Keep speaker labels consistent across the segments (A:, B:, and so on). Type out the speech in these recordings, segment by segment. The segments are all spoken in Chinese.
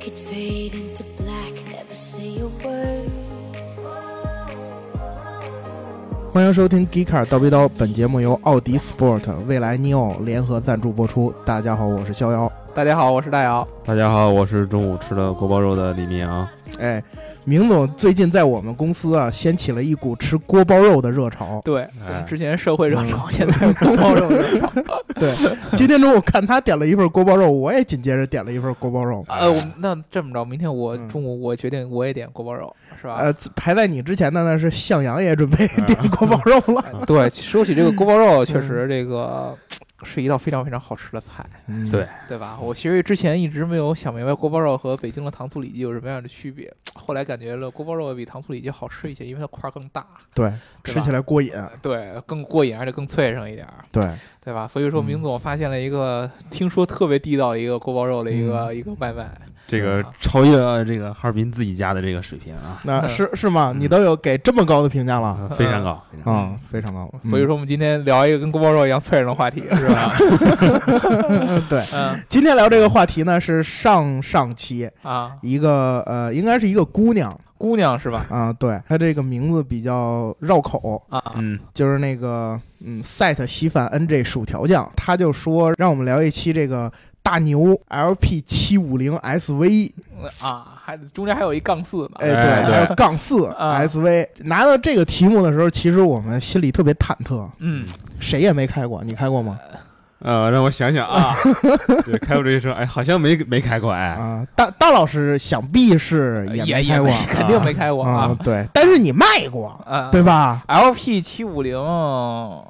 A: could fade into black, never say a word.
B: 欢迎收听《g e e k a r 刀逼刀》，本节目由奥迪 Sport、未来 Neo 联合赞助播出。大家好，我是逍遥。
C: 大家好，我是大姚。
D: 大家好，我是中午吃的锅包肉的李密阳。
B: 哎，明总最近在我们公司啊，掀起了一股吃锅包肉的热潮。
C: 对，
D: 哎，
C: 之前社会热潮，现在是锅包肉热潮。
B: 今天中午看他点了一份锅包肉，我也紧接着点了一份锅包肉。
C: 呃，我们那这么着，明天我
B: 嗯
C: 中午我决定我也点锅包肉，是吧？
B: 呃，排在你之前的呢是向阳也准备 点锅包肉了。
C: 呃啊对，说起这个锅包肉，确实这个是一道非常非常好吃的菜，
B: 嗯
D: 对
C: 对吧？我其实之前一直没有想明白锅包肉和北京的糖醋里脊有什么样的区别， 后来感觉了锅包肉比糖醋里脊好吃一些，因为它块儿更大，
B: 对，
C: 对
B: 吃起来过瘾。
C: 对，更过瘾，而且更脆上一点儿。
B: 对，
C: 对吧？所以说，
B: 嗯
C: 明总发现了一个、听说特别地道的一个锅包肉的一个、一个外卖，
D: 这个嗯超越了这个哈尔滨自己家的这个水平啊，
B: 那
C: 嗯
B: 是是吗？
D: 嗯
B: 你都有给这么高的评价了
D: 啊非常高，非常高。
B: 啊，非常高。
C: 嗯所以说我们今天聊一个跟锅包肉一样脆弱的话题，是吧？
B: 嗯对，
C: 嗯
B: 今天聊这个话题呢是上上期
C: 啊，
B: 一个呃，应该是一个 姑娘
C: 姑娘是吧？
B: 啊、对，她这个名字比较绕口，
C: 啊，
D: 嗯，
B: 就是那个嗯，Set 稀饭 NJ 薯条酱，她就说让我们聊一期这个大牛 LP 七五零 SV，
C: 嗯啊，还中间还有一杠四呢。
B: 哎，对，
D: 哎对
B: 还有杠四
C: 啊
B: SV。拿到这个题目的时候，其实我们心里特别忐忑，
C: 嗯，
B: 谁也没开过，你开过吗？
D: 呃，让我想想 啊，对，开过这一车，哎，好像没没开过，哎，
B: 啊、大大老师想必是
C: 也
B: 嗯没
C: 也
B: 开过
C: 没肯定没开过
B: 啊
C: 啊，，
B: 对，但是你卖过，
C: 啊，
B: 对吧？
C: ？LP 七五零，呃，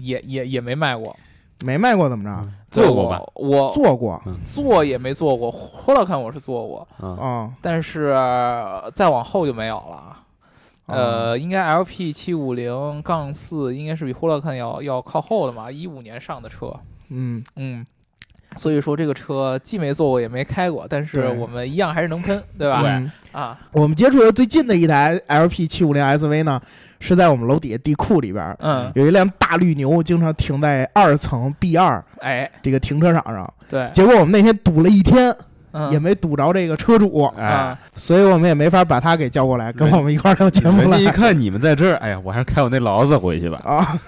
C: 也也也没卖过，
B: 没卖过怎么
C: 嗯
B: 着？
D: 做过吧？
C: 我
B: 做过
C: 做也没做过，呼啦看我是做过，
D: 啊，
B: 啊，
C: 但是呃再往后就没有了。
B: 啊，
C: 呃，应该 LP 七五零杠四应该是比呼啦看要要靠后的嘛，一五年上的车，
B: 嗯，
C: 嗯，所以说这个车既没坐过也没开过，但是
B: 对
C: 我们一样还是能喷，对吧？
B: 嗯
C: 啊，
B: 我们接触的最近的一台 LP 七五零 SV 呢，是在我们楼底下地库里边儿，
C: 嗯，
B: 有一辆大绿牛，经常停在二层 B 二
C: 哎，
B: 这个停车场上。
C: 对，
B: 结果我们那天堵了一天，
C: 嗯
B: 也没堵着这个车主，
D: 哎，
C: 啊，
B: 所以我们也没法把他给叫过来，跟我们一块儿聊节目
D: 人家
B: 了
D: 一看你们在这儿，哎呀，我还是开我那劳斯回去吧。
B: 啊。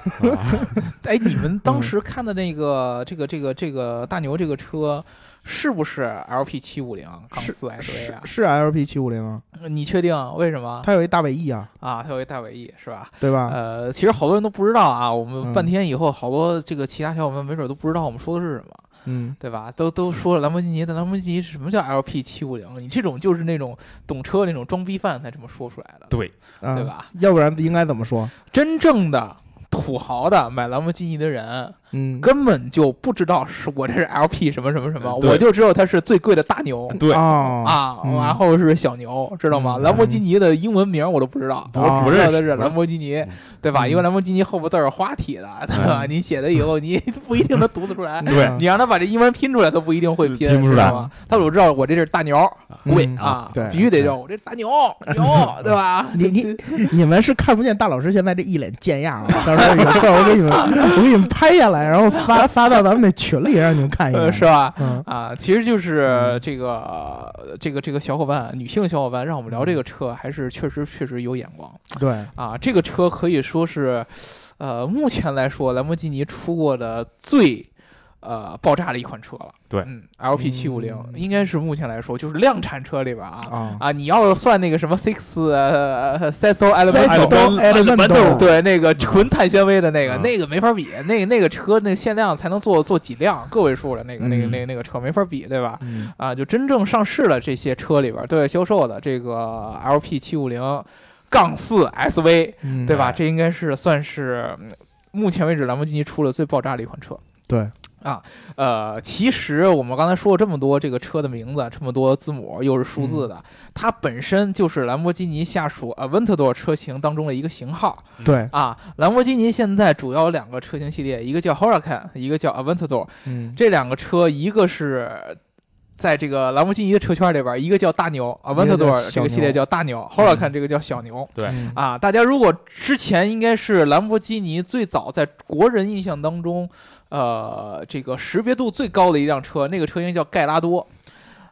C: 哎，你们
B: 嗯
C: 当时看的那个这个这个这个大牛这个车。是不是 LP 七五零杠
B: 是
C: 四 SV
B: 是
C: 啊？
B: 是 LP 七五零啊，
C: 你确定？为什么
B: 它有一大尾翼啊，
C: 啊？它有一大尾翼是吧？
B: 对吧？
C: 呃，其实好多人都不知道啊，我
B: 啊嗯
C: 们半天以后，好多这个其他小伙伴没准都不知道我们说的是什么，
B: 嗯，
C: 对吧？都都说了兰博基尼，但兰博基尼是什么叫 LP 七五零？你这种就是那种懂车那种装逼犯才这么说出来的。
D: 对，
B: 啊
C: 对吧？
B: 要不然应该怎么说？
C: 真正的土豪的买兰博基尼的人，
B: 嗯，
C: 根本就不知道是我这是 LP 什么什么什么，
D: 嗯对嗯
C: 我就知道它是最贵的大牛。
D: 对，
B: 啊
C: 啊，
B: 嗯
C: 然后是小牛，知道吗？
B: 嗯
C: 兰博基尼的英文名我都不知道，
B: 不啊
D: 不
C: 知
D: 认
C: 道它是
D: 识不认
C: 兰博基尼
D: 嗯，
C: 对吧？
B: 嗯
C: 因为兰博基尼后边字儿是花体的，对吧？你写了以后，你 不一定能读得出
D: 嗯
C: 来。
B: 对
C: 你让他把这英文拼出来，他不一定会拼，
D: 拼不出来
C: 知道吗？他只知道我这是大牛
D: 贵
B: 嗯
C: 啊，
B: 对
C: 必须得叫我这大牛 牛，对吧？
B: 你 你你们是看不见大老师现在这一脸贱样啊！到时候有空我给你们，我给你们拍下来，然后发发到咱们那群里，让你们看一
C: 呃
B: 看。
C: 是吧？
B: 嗯
C: 啊，其实就是
B: 嗯
C: 这个这个这个小伙伴，女性小伙伴，让我们
B: 嗯
C: 聊这个车，还是确实确实有眼光。
B: 对，
C: 啊，这个车可以说是，呃，目前来说，兰博基尼出过的最，呃，爆炸的一款车了。
D: 对
C: 嗯，LP 七五零
B: 嗯
C: 应该是目前来说就是量产车里边啊
B: 啊
C: 啊，你要是算那个什么 Six 呃 s e s o Element，
B: Sesto Elemento
C: 对，那个纯碳纤维的那个，
D: 嗯
C: 那个没法比，那个那个车那限量才能做做几辆个位数的那个那个那个那个车没法比，对吧？
B: 嗯
C: 啊，就真正上市了这些车里边儿对外销售的这个 LP 七五零杠四 SV，
B: 嗯
C: 对吧？
D: 哎
C: 这应该是算是嗯目前为止兰博基尼出了最爆炸的一款车。
B: 对
C: 啊，呃，其实我们刚才说了这么多这个车的名字，这么多字母又是数字的，
B: 嗯
C: 它本身就是兰博基尼下属呃 Aventador 车型当中的一个型号
B: 对，
C: 啊。兰博基尼现在主要有两个车型系列，一个叫 Huracan，一个叫 Aventador。
B: 嗯
C: 这两个车，一个是在这个兰博基尼的车圈里边儿，一个叫大牛啊
B: 一个叫
C: ，Aventador 这
B: 小
C: 个
B: 牛
C: 系列叫大牛，Huracan 这个叫小牛。
D: 对
B: 嗯
C: 啊，大家如果之前应该是兰博基尼最早在国人印象当中，呃，这个识别度最高的一辆车，那个车应该叫盖拉多。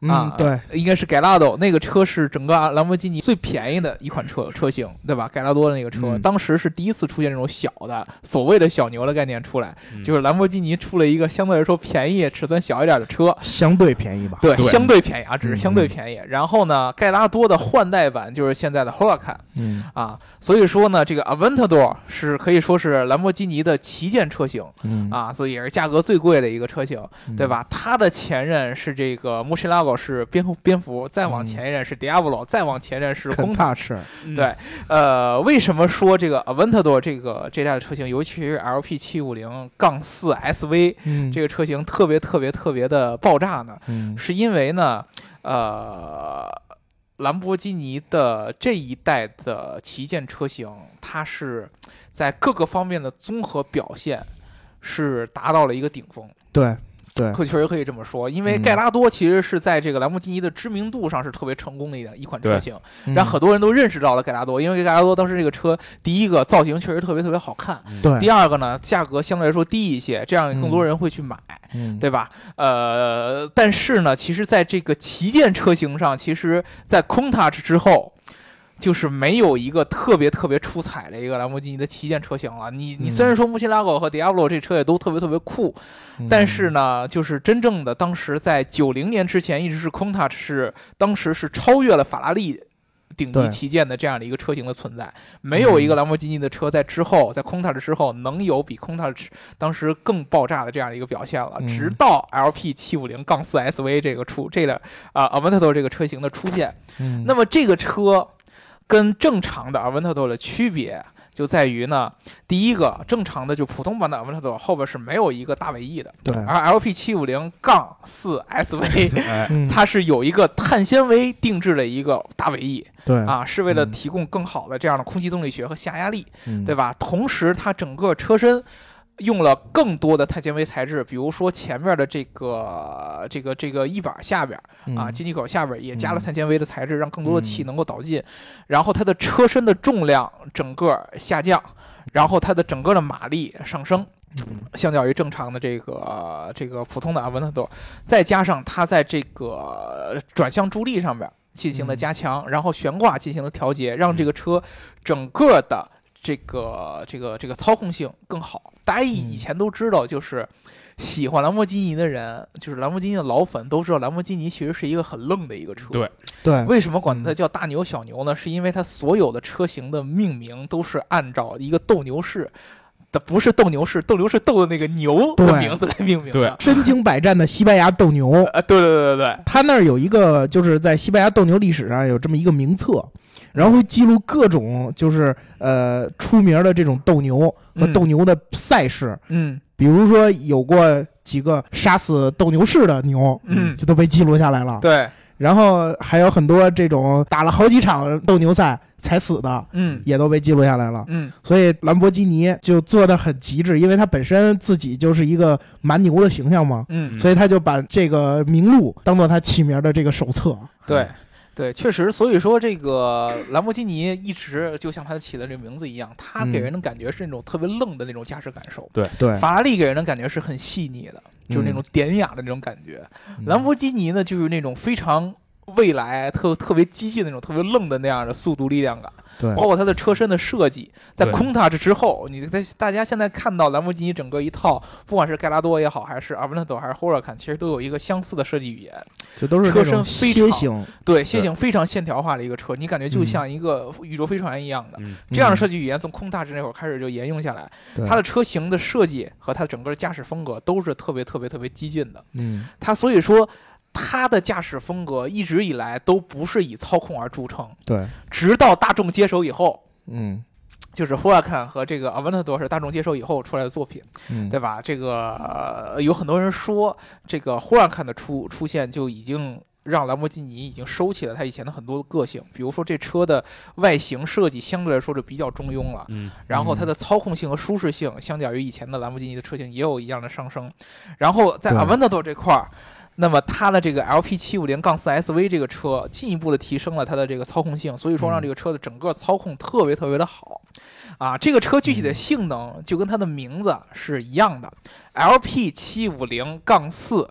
C: 啊
B: 嗯，对，
C: 应该是盖拉多那个车是整个兰博基尼最便宜的一款车车型，对吧？盖拉多的那个车，
D: 嗯
C: 当时是第一次出现这种小的所谓的小牛的概念出来，
D: 嗯
C: 就是兰博基尼出了一个相对来说便宜、尺寸小一点的车。
B: 相对便宜吧。
C: 对，
D: 对嗯
C: 相对便宜啊，只是相对便宜。然后呢，盖拉多的换代版就是现在的 Huracan
B: 嗯
C: 啊，所以说呢，这个 Aventador 是可以说是兰博基尼的旗舰车型
B: 嗯，
C: 啊，所以也是价格最贵的一个车型。
B: 嗯
C: 对？吧？他的前任是这个穆西拉狗是蝙蝠，蝙蝠，再往前一任是 Diablo，、再往前一任是
B: 嗯肯
C: 公塔。
B: 塔是，
C: 对，呃，为什么说这个 Aventador 这个这代的车型，尤其是 LP 7 5 0杠四 SV
B: 嗯，
C: 这个车型特别特别特别的爆炸呢？
B: 嗯
C: 是因为呢，呃，兰博基尼的这一代的旗舰车型，它是在各个方面的综合表现是达到了一个顶峰。
B: 对对，
C: 可确实可以这么说，因为
B: 嗯
C: 盖拉多其实是在这个兰博基尼的知名度上是特别成功的一一款车
D: 对
C: 型，
B: 嗯
C: 让很多人都认识到了盖拉多，因为盖拉多当时这个车，第一个造型确实特别特别好看，
B: 嗯对，
C: 第二个呢价格相对来说低一些，这样更多
B: 嗯
C: 人会去买，
B: 嗯
C: 对吧？呃，但是呢，其实在这个旗舰车型上，其实在 Countach 之后。就是没有一个特别特别出彩的一个兰博基尼的旗舰车型了。你你虽然说穆辛拉狗和 Diablo 这车也都特别特别酷，
B: 嗯
C: 嗯但是呢，就是真正的当时在九零年之前，一直是 Countach 是当时是超越了法拉利顶级
B: 对嗯
C: 旗舰的这样的一个车型的存在，没有一个兰博基尼的车在之后，在 Countach 之后能有比 Countach 当时更爆炸的这样的一个表现了。
B: 嗯
C: 直到 LP 七五零杠四 SV 这个出这个啊 Aventador 这个车型的出现，
B: 嗯
C: 那么这个车跟正常的 Aventador 的区别就在于呢，第一个正常的就普通版的 Aventador 后边是没有一个大尾翼的，
B: 对，
C: 而 LP 七五零杠四 SV
D: 哎，
B: 嗯
C: 它是有一个碳纤维定制的一个大尾翼
B: 对，
C: 啊，是为了
B: 嗯
C: 提供更好的这样的空气动力学和下压力，
B: 嗯
C: 对吧？同时，它整个车身。用了更多的碳纤维材质，比如说前面的这个这个这个翼板下边，啊，
B: 嗯
C: 进气口下边也加了
B: 嗯
C: 碳纤维的材质，让更多的气
B: 嗯
C: 能够导进，然后它的车身的重量整个下降，然后它的整个的马力上升。相较于正常的这个这个普通的阿文特多，再加上它在这个转向助力上面进行了
B: 嗯
C: 加强，然后悬挂进行了调节，让这个车整个的这个这个这个操控性更好。大家以以
B: 嗯
C: 前都知道，就是喜欢兰博基尼的人，就是兰博基尼的老粉都知道，兰博基尼其实是一个很愣的一个车。
D: 对
B: 对，
C: 为什么管它叫大牛小牛呢？是因为它所有的车型的命名都是按照一个斗牛士的，不是斗牛士，斗牛士斗的那个牛的
B: 对
C: 名字来命名的。
D: 对
B: 身经百战的西班牙斗牛，
D: 啊
C: 呃，对对对对对，
B: 他那儿有一个，就是在西班牙斗牛历史上有这么一个名册，然后会记录各种就是呃出名的这种斗牛和
C: 嗯
B: 斗牛的赛事，
C: 嗯
B: 比如说有过几个杀死斗牛士的牛，
C: 嗯
B: 就都被记录下来了。
C: 对，
B: 然后还有很多这种打了好几场斗牛赛才死的，
C: 嗯
B: 也都被记录下来了。
C: 嗯
B: 所以兰博基尼就做的很极致，因为它本身自己就是一个蛮牛的形象嘛，
C: 嗯，
B: 所以他就把这个名录当做他起名的这个手册。
C: 对。对，确实，所以说这个兰博基尼一直就像它起的这个名字一样，它给
B: 嗯
C: 人的感觉是那种特别愣的那种驾驶感受。
B: 对，
C: 法拉利给人的感觉是很细腻的，就是那种典雅的那种感觉。
B: 嗯
C: 兰博基尼呢，就是那种非常未来、特特别激进的那种、特别愣的那样的速度力量感，
B: 对
C: 包括它的车身的设计，在
D: 对
C: Countach 之后，你在大家现在看到兰博基尼整个一套，不管是盖拉多也好，还是 Aventador 还是 Huracan，其实都有一个相似的设计语言，
B: 就都是
C: 车
B: 这
C: 身
B: 种
C: 非
B: 楔
C: 常
B: 形，
C: 对，线性非常线条化的一个车，你感觉就像一个宇宙飞船一样的。
D: 嗯，
C: 这样的设
B: 计，
C: 计语言从 Countach 那会儿开始就沿用下来，
B: 对
C: 它的车型的设计和它整个驾驶风格都是特别特别特别激进的。
B: 嗯
C: 他所以说他的驾驶风格一直以来都不是以操控而著称，
B: 对，
C: 直到大众接手以后。
B: 嗯
C: 就是 Huracan 和这个 Aventador 是大众接手以后出来的作品，
B: 嗯
C: 对吧？这个、呃有很多人说，这个 Huracan 的出出现就已经让兰博基尼已经收起了它以前的很多个性，比如说这车的外形设计相对来说是比较中庸了，
D: 嗯，
C: 然后它的操控性和舒适性，相较于以前的兰博基尼的车型也有一样的上升。然后在
B: 对
C: Aventador 这块儿，那么它的这个 LP 7 5 0杠4 SV 这个车进一步的提升了它的这个操控性，所以说让
B: 嗯
C: 这个车的整个操控特别特别的好。啊，这个车具体的性能就跟它的名字是一样的，LP 7 5 0杠4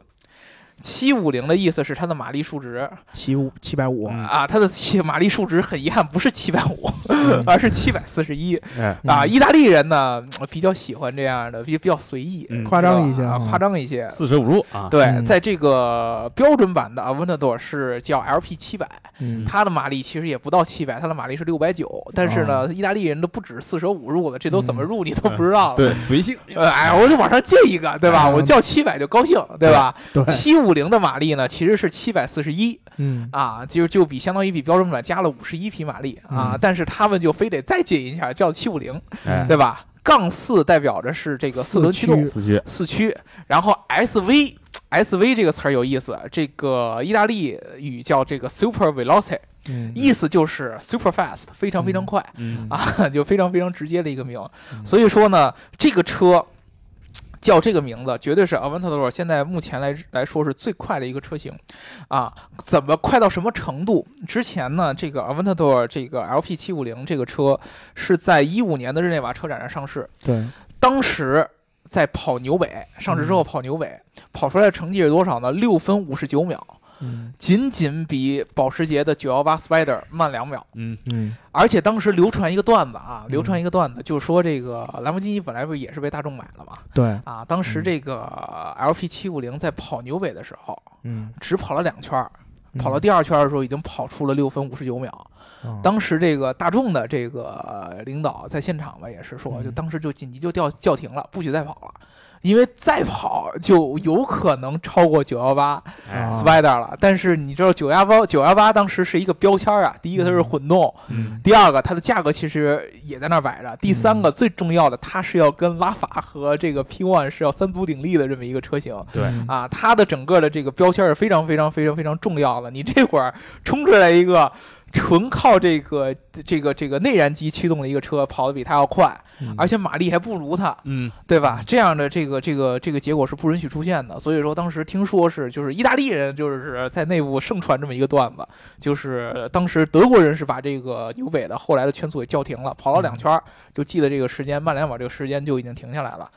C: 七五零的意思是它的马力数值
B: 七五七百五，
D: 嗯
C: 啊，它的七马力数值很遗憾不是七百五， 而是七百四十一
D: 哎，
C: 啊。
B: 嗯
C: 意大利人呢比较喜欢这样的，比比较随意，
D: 嗯
B: 夸张一些
C: 是吧啊，夸张一些。
D: 四舍五入啊，
C: 对，
B: 嗯
C: 在这个标准版的 Aventador 是叫 LP 七百，
B: 嗯
C: 它的马力其实也不到七百，它的马力是六百九。但是
B: 哦
C: 呢，意大利人都不止四舍五入了，这都怎
B: 嗯
C: 么入你都不知道了。
D: 对，随性，
C: 呃，哎，我就往上借一个，对吧？
B: 嗯
C: 我叫七百就高兴，对吧？
B: 对，
C: 七五零的马力呢，其实是七百四十一
B: 嗯
C: 啊，就就比相当于比标准版加了五十一匹马力啊，
B: 嗯
C: 但是他们就非得再借一下，叫七五零，
D: 哎，
C: 对吧？杠四代表着是这个四轮驱动
B: 四
D: 四驱，
C: 四驱，然后 SV。SV 这个词儿有意思，这个意大利语叫这个 super velocity，
B: 嗯
C: 意思就是 super fast，非常非常快。
D: 嗯
C: 啊，就非常非常直接的一个名。
B: 嗯
C: 所以说呢，这个车叫这个名字，绝对是 Aventador 现在目前来来说是最快的一个车型啊。怎么快到什么程度？之前呢，这个 Aventador 这个 LP 七五零这个车是在一五年的日内瓦车展上上市，
B: 对，
C: 当时。在跑纽北上市之后跑纽北，跑出来的成绩是多少呢？六分五十九秒，
B: 嗯
C: 仅仅比保时捷的918 Spider 慢两秒。
D: 嗯
B: 嗯
C: 而且当时流传一个段子啊，流传一个段子，就是说这个兰博基尼本来不也是被大众买了嘛？
B: 对，
C: 啊，当时
B: 嗯
C: 这个 LP 七五零在跑纽北的时候，
B: 嗯
C: 只跑了两圈儿，跑到第二圈儿的时候已经跑出了六分五十九秒。
B: 嗯
C: 当时这个大众的这个呃领导在现场吧，也是说，
B: 嗯
C: 就当时就紧急就叫叫停了，不许再跑了，因为再跑就有可能超过九幺八
D: 哎，
B: 啊
C: Spider 了。但是你知道九幺八九幺八当时是一个标签儿啊，第一个它是混动。
D: 嗯
C: 第二个，它的价格其实也在那儿摆着。第
B: 嗯
C: 三个，最重要的，它是要跟拉法和这个 P1 是要三足鼎立的这么一个车型
D: 对，
B: 嗯
C: 啊。它的整个的这个标签是非常非常非常非常重要的。你这会儿冲出来一个纯靠这个这个这个内燃机驱动的一个车，跑得比它要快，
B: 嗯
C: 而且马力还不如它，
D: 嗯
C: 对吧？这样的这个这个这个结果是不允许出现的。所以说，当时听说是就是意大利人就是在内部盛传这么一个段子，就是当时德国人是把这个纽北的后来的圈速给叫停了，跑了两圈儿就记得这个时间，曼联网这个时间就已经停下来了。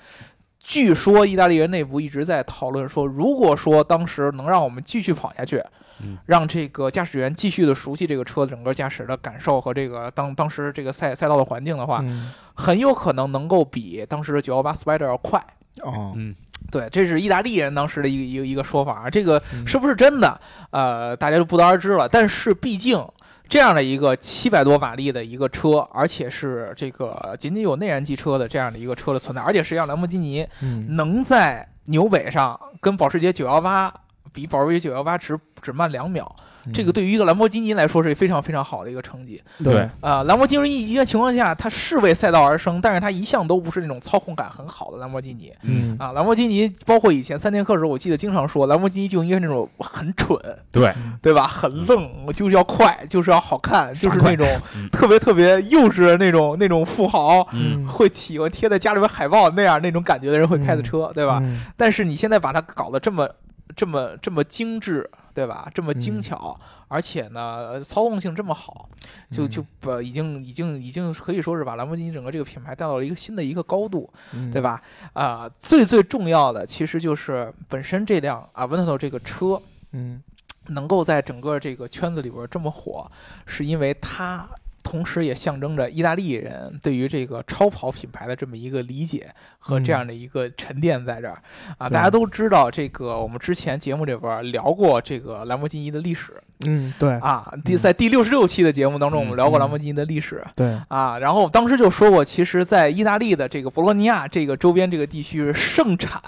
C: 据说意大利人内部一直在讨论说，如果说当时能让我们继续跑下去
D: 嗯，
C: 让这个驾驶员继续的熟悉这个车整个驾驶的感受和这个当当时这个赛赛道的环境的话，
B: 嗯
C: 很有可能能够比当时的918 Spider 要快。
B: 哦
D: 嗯，
C: 对，这是意大利人当时的一个一个一个说法，啊这个
B: 嗯
C: 是不是真的？呃，大家就不得而知了。但是毕竟这样的一个七百多马力的一个车，而且是这个仅仅有内燃机车的这样的一个车的存在，而且实际上兰博基尼
B: 嗯
C: 能在纽北上跟保时捷918比，保时捷918只只慢两秒，
B: 嗯
C: 这个对于一个兰博基尼来说是非常非常好的一个成绩。
B: 对
C: 啊，兰博基尼一般情况下，它是为赛道而生，但是它一向都不是那种操控感很好的兰博基尼
B: 嗯
C: 啊。兰博基尼包括以前三剑客的时候，我记得经常说，兰博基尼就应该是那种很蠢，
D: 对，
C: 对吧？很愣，就是要快，就是要好看，就是那种
D: 嗯
C: 特别特别幼稚的那种那种富豪。
D: 嗯
C: 会喜欢贴在家里边海报那样那种感觉的人会开的车，对
B: 对
C: 吧？？但是你现在把它搞得这么、这么、这么精致，对吧？这么精
B: 嗯
C: 巧，而且呢，呃操控性这么好，就
B: 嗯
C: 就把已经、已经、已经可以说是把兰博基尼整个这个品牌带到了一个新的一个高度，
B: 嗯
C: 对？吧？啊、最最重要的其实就是本身这辆 Aventador 这个车
B: 嗯
C: 能够在整个这个圈子里边这么火，是因为它。同时也象征着意大利人对于这个超跑品牌的这么一个理解和这样的一个沉淀在这儿啊，
B: 嗯对
C: 大家都知道这个，我们之前节目里边儿聊过这个兰博基尼的历史
B: 嗯，对
C: 啊，第在第六十六期的节目当中，我们聊过
B: 嗯
C: 兰博基尼的历史
B: 对，
C: 啊，然后当时就说过，其实，在意大利的这个博洛尼亚这个周边这个地区是盛产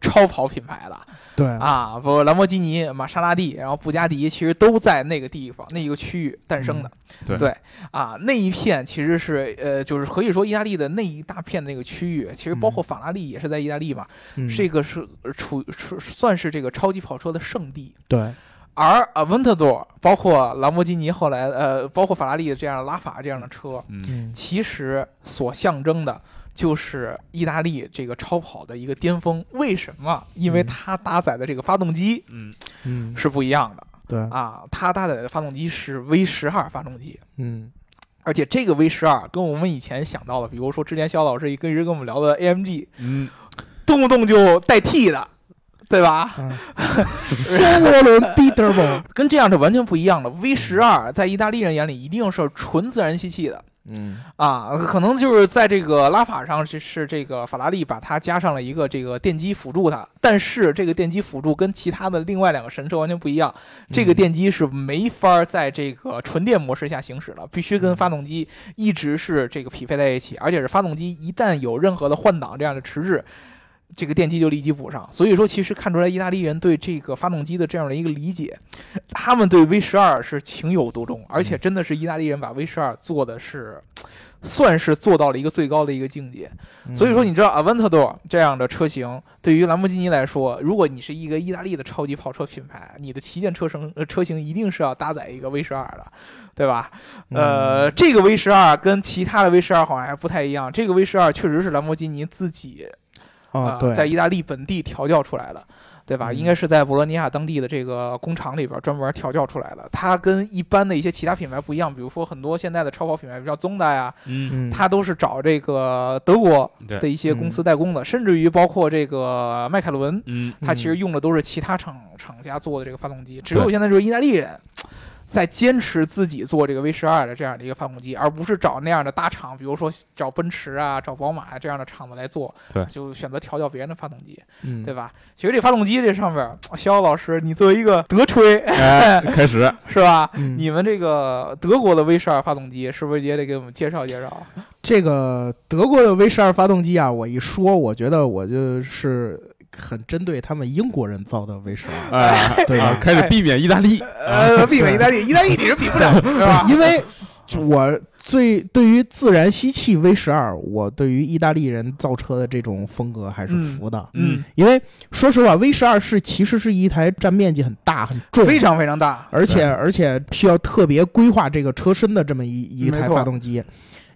C: 超跑品牌的，
B: 对，
C: 啊，不，兰博基尼、玛莎拉蒂，然后布加迪，其实都在那个地方、那一个区域诞生
B: 嗯
C: 的。
D: 对
C: 啊，那一片其实是呃，就是可以说意大利的那一大片那个区域，其实包括法拉利也是在意大利嘛，
B: 嗯
C: 这个是呃处处算是这个超级跑车的圣地。
B: 对，
C: 而呃 Aventador，包括兰博基尼后来呃，包括法拉利的这样拉法这样的车，
D: 嗯
B: 嗯
C: 其实所象征的就是意大利这个超跑的一个巅峰。为什么？因为
B: 嗯
C: 它搭载的这个发动机。
D: 嗯
B: 嗯
C: 是不一样的
B: 对，
C: 啊。它搭载的发动机是 V 十二发动机，
B: 嗯
C: 而且这个 V 十二跟我们以前想到的，比如说之前肖老师一跟一直跟我们聊的 AMG，
D: 嗯，
C: 动不动就代替的。对吧？
B: 双涡嗯轮 beatable，
C: 跟这样是完全不一样的。V 十二在意大利人眼里一定是纯自然吸气的
D: 嗯，
C: 啊，可能就是在这个拉法上是是这个法拉利把它加上了一个这个电机辅助它，但是这个电机辅助跟其他的另外两个神车完全不一样，这个电机是没法儿在这个纯电模式下行驶的，必须跟发动机一直是这个匹配在一起，而且是发动机一旦有任何的换挡这样的迟滞，这个电机就立即补上。所以说，其实看出来意大利人对这个发动机的这样的一个理解，他们对 V 十二是情有独钟，而且真的是意大利人把 V 十二做的是，算是做到了一个最高的一个境界。
B: 嗯
C: 所以说，你知道 Aventador 这样的车型，对于兰博基尼来说，如果你是一个意大利的超级跑车品牌，你的旗舰车型呃车型一定是要搭载一个 V 十二的， 对吧？
B: 嗯
C: 呃，这个 V 十二跟其他的 V 十二好像还不太一样，这个 V 十二确实是兰博基尼自己
B: 啊，
C: 呃在
B: 对，
C: 意大利本地调教出来的，对吧？
B: 嗯
C: 应该是在博洛尼亚当地的这个工厂里边专门调教出来的。它跟一般的一些其他品牌不一样，比如说很多现在的超跑品牌，比如像 Zonda 呀，
D: 嗯，
B: 嗯，
C: 它都是找这个德国的
D: 对，
C: 一些公司代工的，甚至于包括这个迈凯伦，
D: 嗯，
C: 它其实用的都是其他厂厂家做的这个发动机，只有现在就是意大利人。在坚持自己做这个 V 十二的这样的一个发动机，而不是找那样的大厂，比如说找奔驰啊、找宝马啊这样的厂子来做，
D: 对
C: 就选择调教别人的发动机，
B: 嗯
C: 对吧？其实这发动机这上面，肖老师，你作为一个德吹
D: 哎开始，
C: 是吧？
B: 嗯
C: 你们这个德国的 V 十二发动机是不是也得给我们介绍介绍？
B: 这个德国的 V 十二发动机啊，我一说，我觉得我就是很针对他们英国人造的 V 十二，
D: 哎，
B: 对
D: 啊
B: 吧？
D: 开始避免意大利，
C: 呃，避免意大利，意大利你是比不了，是吧？
B: 因为我最对于自然吸气 V 十二，我对于意大利人造车的这种风格还是服的。
C: 嗯，
B: 因为说实话，V 十二是其实是一台占面积很大、很重，
C: 非常非常大，
B: 而且而且需要特别规划这个车身的这么一一
C: 没
B: 台
C: 错
B: 发动机。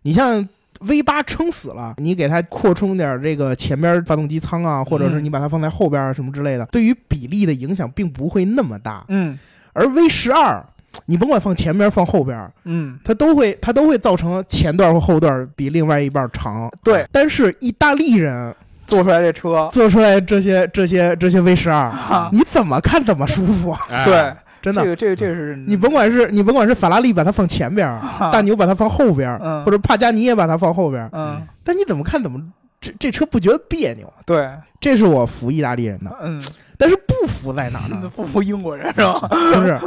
B: 你像 V 八撑死了，你给它扩充点这个前边发动机舱啊，或者是
C: 嗯
B: 你把它放在后边啊什么之类的，对于比例的影响并不会那么大。
C: 嗯
B: 而 V 十二，你甭管放前边放后边，
C: 嗯，
B: 它都会它都会造成前段或后段比另外一半长。
C: 对，
B: 但是意大利人
C: 做出来这车，
B: 做出来这些这些这些 V 十二，
C: 啊
B: 你怎么看怎么舒服啊，
D: 哎
C: 对，，
B: 嗯真的嗯
C: 这。个这个这个是
B: 你甭管是你甭管是法拉利把它放前边儿，
C: 嗯啊
B: 大牛把它放后边儿，
C: 嗯
B: 或者帕加尼也把它放后边儿，
C: 嗯，
B: 但你怎么看怎么这这车不觉得别扭？啊
C: 对，
B: 这是我服意大利人的，
C: 嗯，
B: 但是不服在哪儿呢？
C: 不服英国人是吧？
B: 就是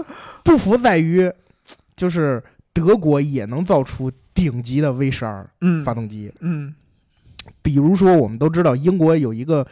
B: 不服在于，就是德国也能造出顶级的 V 十二
C: 嗯
B: 发动机，
C: 嗯
B: 比如说我们都知道英国有一个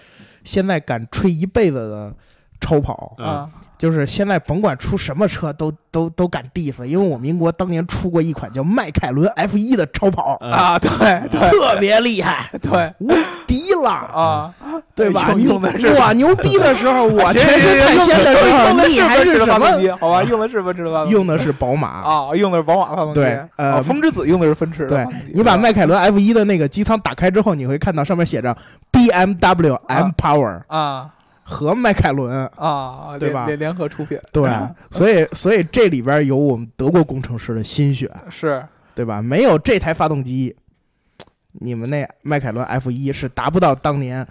B: 现在敢吹一辈子的超跑，
D: 嗯，
C: 啊
B: 就是现在甭管出什么车都都都敢 diss，因为我们英国当年出过一款叫迈凯伦 F 一的超跑，
D: 啊，
C: 啊，对对
B: 特别厉害，
C: 对
B: 无敌了，
C: 哎啊，
B: 对吧？
C: 用
B: 你
C: 用的是
B: 我牛逼的时候，我嗯全身 太
C: 行行行
B: 鲜的时
C: 用
B: 候，
C: 的
B: 你还
C: 奔驰
B: 是
C: 的
B: 什
C: 发动
B: 么？
C: 机？好吧，用的是奔驰的发动机
B: 用的是宝马。
C: 啊，用的是宝马发动机，
B: 对呃
C: 啊风之子用的是奔驰的
B: 对
C: 发动机，
B: 你把迈凯伦 F 一的那个机舱打开之后，你会看到上面写着 BMW M Power
C: 啊
B: 和迈凯伦。
C: 啊，
B: 对
C: 联
B: 吧
C: 联联合出品
B: 对，
C: 啊
B: 所以所以这里边有我们德国工程师的心血，
C: 是
B: 对吧？没有这台发动机，你们那迈凯伦 F 一是达不到当年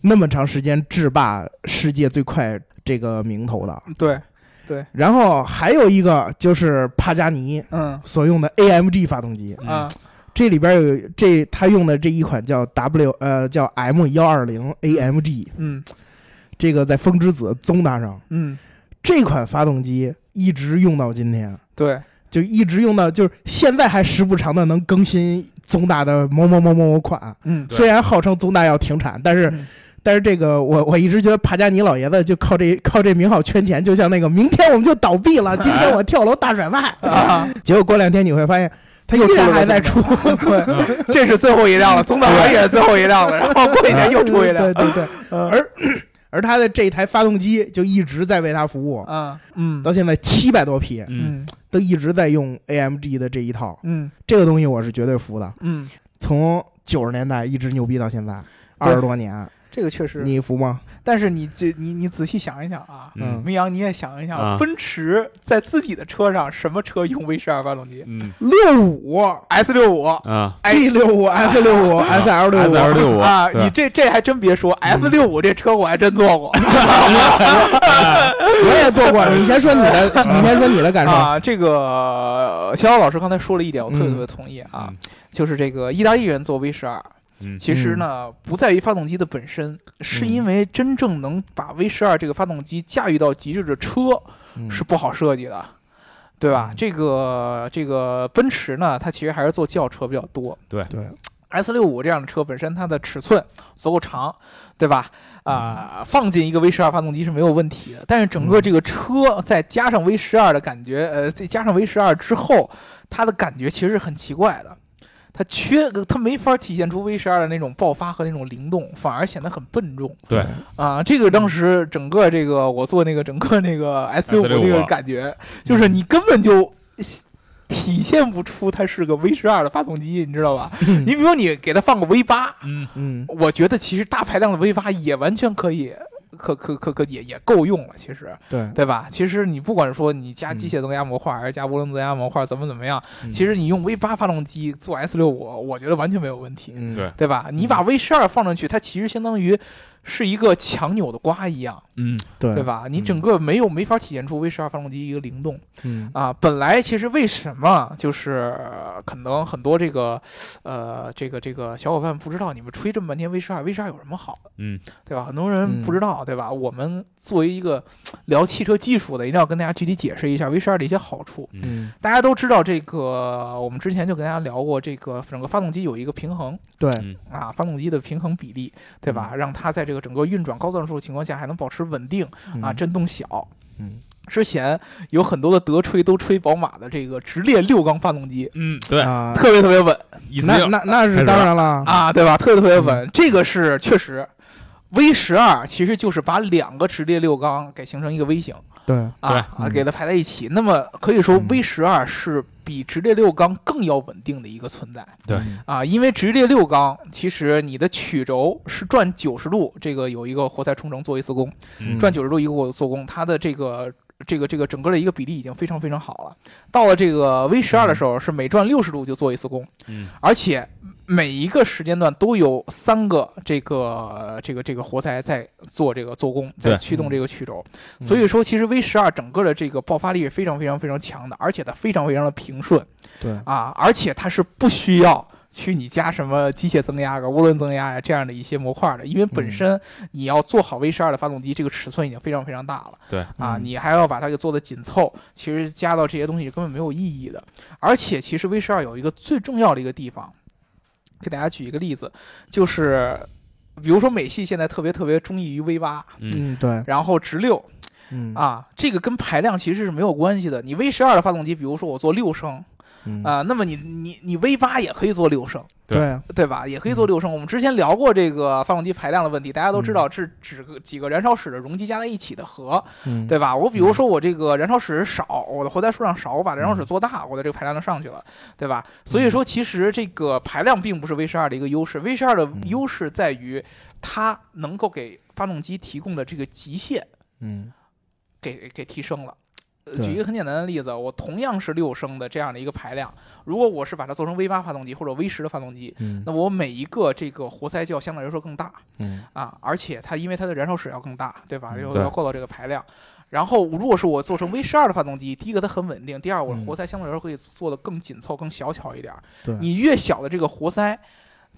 B: 那么长时间制霸世界最快这个名头的。
C: 对，
B: 然后还有一个就是帕加尼
C: 嗯
B: 所用的 AMG 发动机，
D: 嗯
C: 啊
B: 这里边有这他用的这一款叫 W 呃叫 M 幺二零 AMG，
C: 嗯
B: 这个在风之子宗达上
C: 嗯，
B: 这款发动机一直用到今天，
C: 对，
B: 就一直用到就是现在还时不常的能更新宗达的某某某某某款。
C: 嗯
D: 对
B: 虽然号称宗大要停产，但是、
C: 嗯
B: 但是这个我我一直觉得帕加尼老爷子就靠这靠这名号圈钱，就像那个明天我们就倒闭了，今天我跳楼大甩卖，
C: 啊，
B: 结果过两天你会发现他依然还在出，
C: 对，这是 最后一辆了，宗大王也是最后一辆了，然后过几天又出一辆
B: 对，对对，而而他的这一台发动机就一直在为他服务，
C: 啊嗯
B: 到现在七百多匹
D: 嗯
C: 嗯
B: 都一直在用 AMG 的这一套，
C: 嗯
B: 这个东西我是绝对服的，
C: 嗯，
B: 从九十年代一直牛逼到现在
C: 对
B: 二十多年，
C: 这个确实。
B: 你服吗？
C: 但是你这你你仔细想一想啊，
D: 嗯
C: 明阳你也想一想，
D: 啊
C: 奔驰在自己的车上什么车用 V 十二发动机
D: 嗯
B: 六五
C: ？S 六五
D: 啊
B: G 六五 F 六五 S L 六
D: ，S
B: 五
D: L 六五
C: 啊，你这这还真别说，F 六五这车我还真坐过
B: 我也做过。你先说你的，你先说你的感受。
C: 啊。这个呃肖老师刚才说了一点，我特别
B: 嗯
C: 特别同意啊，，就是这个意大利人做 V 十二，
D: 嗯
C: 其实呢不在于发动机的本
B: 嗯
C: 身，是因为真正能把 V 十二这个发动机驾驭到极致的车，是不好设计的，对吧？
B: 嗯
C: 这个这个奔驰呢，它其实还是做轿车比较多。
B: 对，
C: S 六五这样的车本身它的尺寸足够长，对吧？啊、放进一个 V 十二发动机是没有问题的。但是整
B: 嗯
C: 个这个车再加上 V 十二的感觉，呃，再加上 V 十二之后，它的感觉其实是很奇怪的。它缺，它没法体现出 V 十二的那种爆发和那种灵动，反而显得很笨重。
D: 对
C: 啊，这个当时整个这个我做那个整个那个 S 六
D: S65
C: 五这啊嗯个感觉，就是你根本就体现不出它是个 V 十二的发动机，你知道吧？你比如你给它放个 V 八，
D: 嗯
B: 嗯
C: 我觉得其实大排量的 V 八也完全可以，可可可可也也够用了，其实
B: 对，
C: 对吧？其实你不管说你加
B: 嗯
C: 机械增压模块还是加涡轮增压模块怎么怎么样，
B: 嗯
C: 其实你用 V 八发动机做 S 六五，我觉得完全没有问题。
B: 嗯
D: 对
C: 对吧？你把 V 十二放上去，它其实相当于是一个强扭的瓜一样，
D: 嗯
B: 对
C: 对？吧？你整个没有没法体现出 V 十二发动机一个灵动
B: 嗯
C: 啊。本来其实为什么就是呃可能很多这个呃这个这个小伙伴不知道，你们吹这么半天 V 十二，V 十二有什么好的，
D: 嗯
C: 对吧？很多人
B: 嗯
C: 不知道，对吧？我们作为一个聊汽车技术的，一定要跟大家具体解释一下 V 十二的一些好处。
B: 嗯，
C: 大家都知道这个，我们之前就跟大家聊过，这个整个发动机有一个平衡，
B: 对，
C: 啊，发动机的平衡比例，对吧？让它在这个整个运转高转速的情况下还能保持稳定啊，
B: 嗯
C: 震动小。
B: 嗯，
C: 之前有很多的德吹都吹宝马的这个直列六缸发动机，
D: 嗯，对，
B: 啊，
C: 特别特别稳
D: 一次
B: 那
D: 性
B: 那那是当然了，
C: 啊，对吧？特别特别稳，这个是确实。V 十二其实就是把两个直列六缸给形成一个 V 型
B: 对，
C: 啊
D: 对
C: 啊，
B: 嗯
C: 给它排在一起。那么可以说
B: 嗯
C: V 十二是比直列六缸更要稳定的一个存在。
D: 对
B: 嗯
C: 啊，因为直列六缸，其实你的曲轴是转九十度，这个有一个活塞冲程做一次工，
D: 嗯
C: 转九十度一个做工，它的这个这个这个整个的一个比例已经非常非常好了。到了这个 V 十二的时候，是每转六十度就做一次工，
D: 嗯
C: 而且每一个时间段都有三个这个这个这个活塞在做这个做工，在
D: 对
C: 驱动
B: 嗯
C: 这个曲轴。所以说，其实 V 十二整个的这个爆发力是非常非常非常强的，而且它非常非常的平顺。
B: 对，
C: 啊，而且它是不需要去你加什么机械增压啊、涡轮增压呀、这样的一些模块的，因为本
B: 嗯
C: 身你要做好 V 十二的发动机，这个尺寸已经非常非常大了。
D: 对
C: 啊，
B: 嗯
C: 你还要把它给做的紧凑，其实加到这些东西根本没有意义的。而且其实 V 十二有一个最重要的一个地方，给大家举一个例子，就是比如说美系现在特别特别中意于 V 八，
D: 嗯
B: 嗯对，
C: 然后直六
B: 嗯，
C: 啊，这个跟排量其实是没有关系的。你 V 十二的发动机，比如说我做六升。
B: 嗯
C: 啊、那么你你你 V 八也可以做六升，
B: 对，
C: 对吧？也可以做六
B: 嗯
C: 升。我们之前聊过这个发动机排量的问题，大家都知道是指个几个燃烧室的容积加在一起的和，
B: 嗯嗯
C: 对吧？我比如说我这个燃烧室少，我的活塞数量少，我把燃烧室做大，我的这个排量就上去了，对吧？所以说，其实这个排量并不是 V 十二的一个优势，V 十二的
B: 嗯
C: 优势在于它能够给发动机提供的这个极限
B: 嗯
C: 给给提升了。呃
B: 对
C: 举一个很简单的例子，我同样是六升的这样的一个排量，如果我是把它做成 V 八发动机或者 V 十的发动机，
B: 嗯
C: 那我每一个这个活塞就要相对来说更大
B: 嗯
C: 啊，而且它因为它的燃烧室要更大，对吧？
B: 嗯
C: 要
D: 对
C: 要够到这个排量。然后如果是我做成 V 十二的发动机，第一个它很稳定，第二我的
B: 嗯
C: 活塞相对来说可以做的更紧凑、更小巧一点儿。
B: 对
C: 你越小的这个活塞，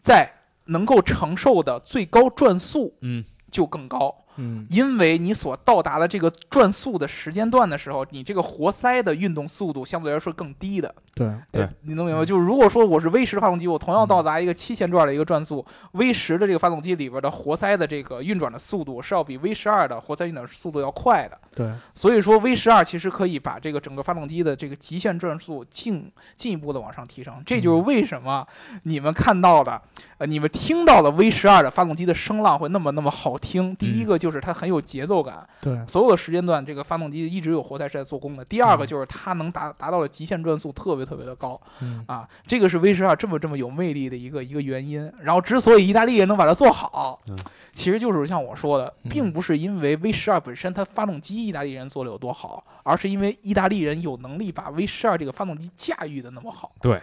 C: 在能够承受的最高转速
D: 嗯
C: 就更高。
B: 嗯
C: 因为你所到达的这个转速的时间段的时候，你这个活塞的运动速度相对来说更低的。
B: 对，
D: 对
C: 呃，你能明白？就是如果说我是 V 十发动机，我同样到达一个七千转的一个转速，V 十的这个发动机里边的活塞的这个运转的速度是要比 V 十二的活塞运转速度要快的。
B: 对，
C: 所以说 V 十二其实可以把这个整个发动机的这个极限转速进进一步的往上提升，这就是为什么你们看到的，呃，你们听到的 V 十二的发动机的声浪会那么那么好听。第一个就就是它很有节奏感，
B: 对，
C: 所有的时间段这个发动机一直有活塞是在做工的。第二个就是它能达达到了极限转速特别特别的高
B: 嗯
C: 啊，这个是威驰啊这么这么有魅力的一个一个原因。然后之所以意大利人能把它做好
D: 嗯，
C: 其实就是像我说的，
B: 嗯
C: 并不是因为 V 十二本身它发动机意大利人做的有多好，而是因为意大利人有能力把 V 十二这个发动机驾驭的那么好。
B: 对，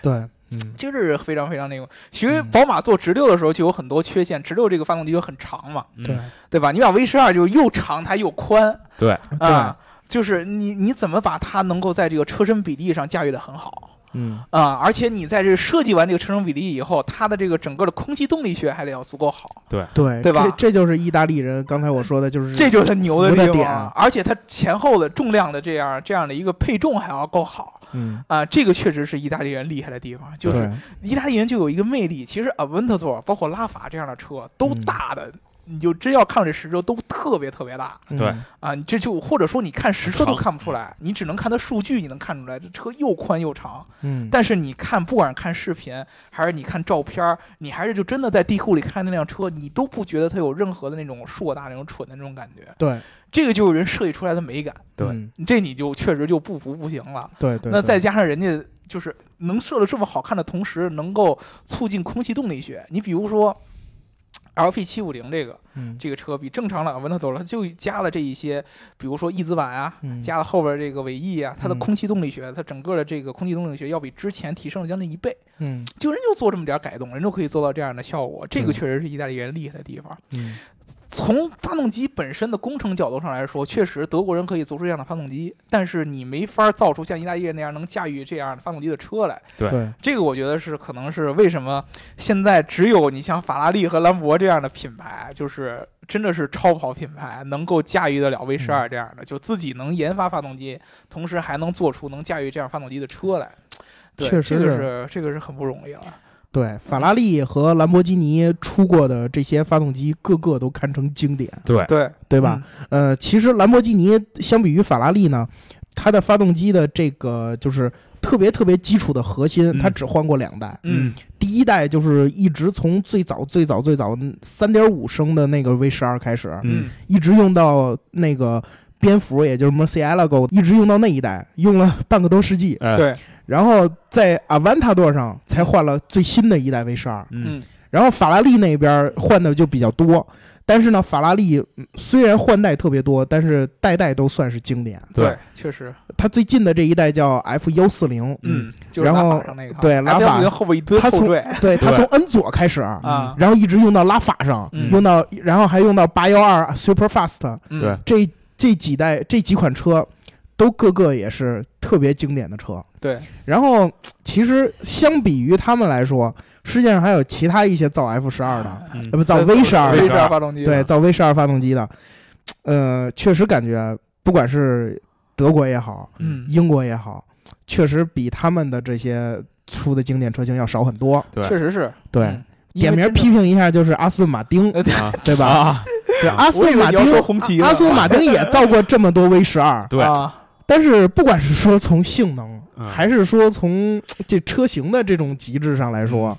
B: 嗯
C: 这个是非常非常那个。其实
B: 嗯
C: 宝马做直六的时候就有很多缺陷，直六这个发动机就很长嘛，
D: 嗯
B: 对
C: 对吧？你把 V 十二就是又长它又宽
D: 对，
C: 啊，就是你你怎么把它能够在这个车身比例上驾驭的很好
B: 嗯
C: 啊？而且你在这设计完这个车身比例以后，它的这个整个的空气动力学还得要足够好，
B: 对
C: 对吧
B: 这这就是意大利人，刚才我说的就是
C: 这就是它牛的
B: 嗯服的
C: 地
B: 点
C: 方啊。而且它前后的重量的这样这样的一个配重还要够好
B: 嗯
C: 啊，这个确实是意大利人厉害的地方，就是
B: 对
C: 意大利人就有一个魅力，其实啊 Aventador 包括拉法这样的车都
B: 嗯
C: 大的，你就真要看这实车都特别特别大
B: 嗯
D: 对
C: 啊！你这就或者说你看实车都
D: 长
C: 看不出来，你只能看它数据，你能看出来这车又宽又长。
B: 嗯
C: 但是你看，不管是看视频还是你看照片儿，你还是就真的在地库里看那辆车，你都不觉得它有任何的那种硕大那种蠢的那种感觉。
B: 对
C: 这个就是人设计出来的美感，
D: 对
B: 嗯
C: 这你就确实就不服不行了。
B: 对对，
C: 那
B: 对
C: 再加上人家就是能设的这么好看的同时，能够促进空气动力学。你比如说，LP 七五零这个
B: 嗯
C: 这个车比正常的 a v e n t a 就加了这一些，比如说翼子板啊，
B: 嗯
C: 加了后边这个尾翼啊，它的
B: 嗯
C: 空气动力学，它整个的这个空气动力学要比之前提升了将近一倍。
B: 嗯
C: 就人就做这么点儿改动，人就可以做到这样的效果。这个
B: 对
C: 确实是意大利人厉害的地方。
B: 嗯
C: 从发动机本身的工程角度上来说，确实德国人可以做出这样的发动机，但是你没法造出像意大利人那样能驾驭这样的发动机的车来。
B: 对
C: 这个我觉得是可能是为什么现在只有你像法拉利和兰博这样的品牌，就是真的是超跑品牌，能够驾驭得了 V 十
B: 嗯
C: 二这样的，就自己能研发发动机，同时还能做出能驾驭这样发动机的车来。对，
B: 确实
C: 这个
B: 是
C: 是这个是很不容易了。
B: 对，法拉利和兰博基尼出过的这些发动机，个个都堪称经典，
D: 对
C: 对，
B: 对吧？呃，其实兰博基尼相比于法拉利呢，它的发动机的这个就是特别特别基础的核心，
D: 嗯
B: 它只换过两代。
C: 嗯？
B: 第一代就是一直从最早最早最早三点五升的那个 V 十二开始，
C: 嗯
D: 嗯
B: 一直用到那个蝙蝠，也就是 Murcielago，一直用到那一代，用了半个多世纪。
D: 哎
C: 对，
B: 然后在 Aventador 上才换了最新的一代 V 十二。
D: 嗯
B: 然后法拉利那边换的就比较多，但是呢，法拉利嗯虽然换代特别多，但是代代都算是经典。
D: 对
C: 对，确实，
B: 它最近的这一代叫 F 幺四零，
C: 嗯，就是
B: 然
C: 拉
B: 后
C: 法上那个，
B: 对拉法
C: 后边一堆
B: 他
C: 后
B: 从
C: 缀，
B: 对，它
D: 对
B: 从 N 左开始，
C: 啊
B: 然后一直用到拉法上，
C: 嗯
B: 用到然后还用到八幺二 Super Fast，
C: 嗯
D: 对
B: 这这几代这几款车都个个也是特别经典的车。
C: 对，
B: 然后其实相比于他们来说，世界上还有其他一些造 F 十二的，呃
D: 嗯
B: 不造 V 十二的
C: V
D: 12
C: 十二发动机，
B: 对，，造 V 十二发动机的，呃，确实感觉不管是德国也好，
C: 嗯，
B: 英国也好，确实比他们的这些出的经典车型要少很多。
D: 对
C: 确实是，
B: 对，
C: 嗯
B: 点名，批评一下就是阿斯顿马丁，
C: 因为真的
D: 啊
B: 对吧？
D: 啊，
B: 对，阿斯
C: 呃我以
B: 顿
C: 为
B: 马
C: 你要说
B: 丁，
C: 红 旗呢，
B: 阿斯顿马丁也造过这么多 V 十二，
D: 对，
C: 啊，
B: 但是不管是说从性能，
D: 嗯
B: 还是说从这车型的这种极致上来说，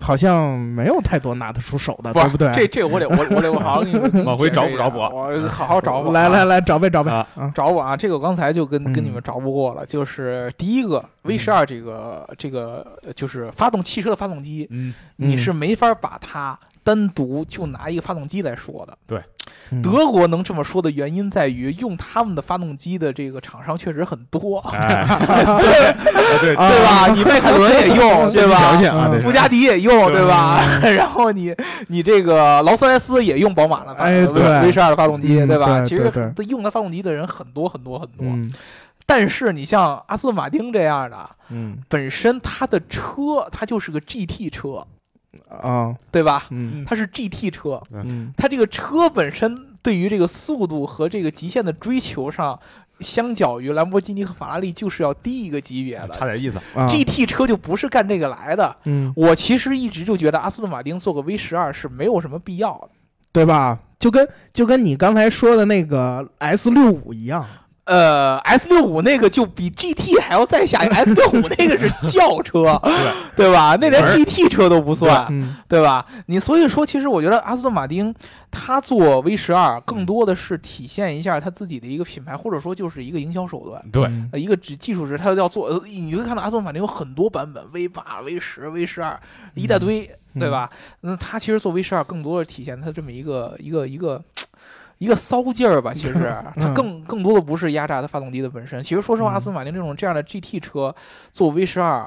B: 好像没有太多拿得出手的，啊对
C: 嗯是
B: 不对？
C: 这这我得我我得我好好给 你，给你
D: 往回找补
C: 解释一下
D: 找补
C: 我好好找补，啊
B: 来来。来，找呗找呗
D: 啊
B: 啊！
C: 找我啊！这个刚才就跟跟你们
B: 嗯
C: 找不过了，就是第一个 V 十二这个这个呃就是发动汽车的发动机，
D: 嗯
C: 你
B: 嗯
C: 是没法把它单独就拿一个发动机来说的。
B: 嗯
C: 德国能这么说的原因在于，用他们的发动机的这个厂商确实很多，
D: 哎
B: 啊
D: 对
C: 对吧？ 你迈凯伦也用，对
D: 条
C: 吧？
D: 件啊，
B: 嗯
D: 这
C: 布
D: 是
C: 加迪也用，
D: 对
C: 对吧？ 然后你你这个劳斯莱斯也用宝马的发，
B: 哎对
C: V 十二的发动机，
B: 嗯
C: 对吧？
B: 对
C: 其实
B: 对
C: 用它发动机的人很多很多很多，
B: 嗯
C: 但是你像阿斯顿马丁这样的，
B: 嗯
C: 本身它的车它就是个 GT 车，
B: 啊
C: 对吧？
B: 嗯
C: 它是 GT 车，
B: 嗯
C: 它这个车本身对于这个速度和这个极限的追求上，相较于兰博基尼和法拉利就是要低一个级别
D: 差
C: 的。
D: 点意思，
B: 啊
C: GT 车就不是干这个来的。
B: 嗯
C: 我其实一直就觉得阿斯顿马丁做个 V 十二是没有什么必要的。
B: 对吧？就跟就跟你刚才说的那个 S 六五一样，
C: 呃，S 六五那个就比 GT 还要再下一个，S 六五那个 是轿车，对吧？那连
D: 门儿
C: GT 车都不算，
B: 嗯
C: 对吧？你所以说，其实我觉得阿斯顿马丁他做 V 十二更多的是体现一下他自己的一个品牌，或者说就是一个营销手段。
D: 对，
B: 嗯
C: 呃一个只技术值，它要做，呃你就看到阿斯顿马丁有很多版本，V 八、V 十、V 十二一大堆，
B: 嗯
C: 对吧？那它其实做 V 十二更多的体现它这么一个一个一个一个骚劲儿吧。其实它
B: 嗯
C: 更更多的不是压榨它发动机的本身。其实说实话，阿斯顿马丁这种这样的 GT 车做 V 十二。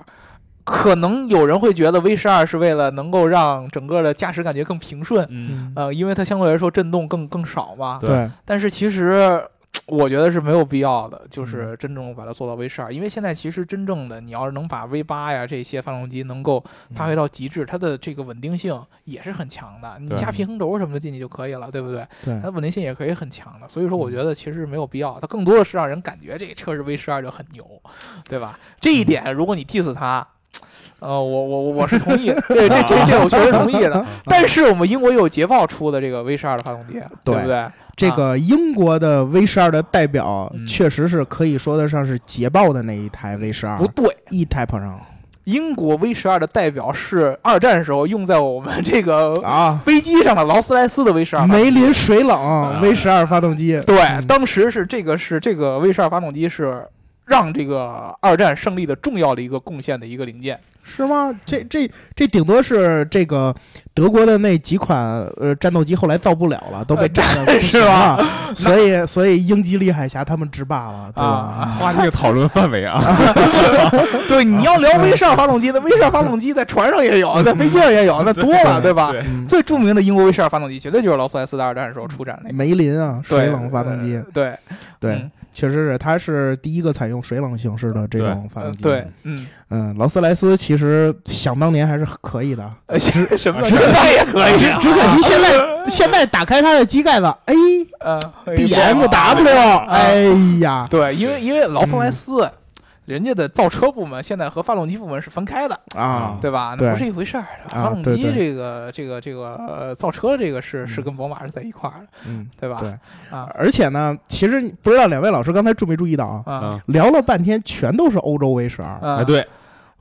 C: 可能有人会觉得 V 十二是为了能够让整个的驾驶感觉更平顺，
D: 嗯，
C: 呃，因为它相对来说震动更更少嘛。
D: 对
B: 对，
C: 但是其实我觉得是没有必要的，就是真正把它做到 V 十二，因为现在其实真正的你要是能把 V 八呀这些发动机能够发挥到极致，它的这个稳定性也是很强的，你
D: 对
C: 加平衡轴什么的进去就可以了，对不对？
B: 对
C: 它稳定性也可以很强的，所以说我觉得其实没有必要，它更多的是让人感觉这个车是 V 十二就很牛，对吧？这一点如果你 diss 它。呃，我我我我是同意的，这这这这我确实同意的。但是我们英国有捷豹出的这个 V 十二的发动机，对
B: 对
C: 不对？
B: 这
C: 啊
B: 个英国的 V 十二的代表
D: 嗯，
B: 确实是可以说得上是捷豹的那一台 V 十二，
C: 不对，
B: 一台碰上
C: 英国 V 十二的代表是二战时候用在我们这个
B: 啊，
C: 飞机上的劳斯莱斯的 V 十二。
B: 梅林水
C: 啊
B: 冷 V 十二发动机，
C: 对，
B: 嗯
C: 当时是这个是这个 V 十二发动机是让这个二战胜利的重要的一个贡献的一个零件。
B: 是吗？这这这顶多是这个德国的那几款呃战斗机后来造不了了，都被
C: 呃
B: 炸 的
C: 是吧？
B: 所以所以英吉利海峡他们制霸了，对吧？
C: 啊
D: 哇，这个讨论范围啊，
B: 啊
C: 对，你要聊 V 十二发动机，那 V 十二发动机在船上 也有，在飞机上也有，那多了，对吧？
B: 嗯
C: 最著名的英国 V 十二发动机绝对就是劳斯莱斯的二战时候出产那个
B: 梅林啊，水
C: 对
B: 冷发动机
C: 呃，对
B: 对
C: 嗯，
B: 确实是，它是第一个采用水冷形式的这种发
C: 呃
B: 动机。
C: 对，嗯，
B: 嗯，劳斯莱斯其实想当年还是可以的，
C: 呃， 什么
D: 是
C: 现在也可以
B: 只
C: 啊，
B: 只可 惜现在现在打开它的机盖子，A
C: 呃
B: B M W，哎
C: 啊
B: 呀，
C: 对，因为因为劳斯
B: 嗯
C: 莱斯，人家的造车部门现在和发动机部门是分开的，
B: 啊，
C: 对吧？那
B: 对
C: 不是一回事儿。
B: 啊
C: 发动
B: 对
C: 机
B: 对
C: 这个这个这个呃造车这个是是
B: 嗯
C: 跟宝马是在一块儿的，
B: 嗯，
C: 对吧？
B: 对
C: 啊
B: 而且呢，其实你不知道两位老师刚才注没注意到啊，
C: 啊
B: 聊了半天全都是欧洲 V 十二，
D: 嗯哎，
C: 啊！，
D: 对，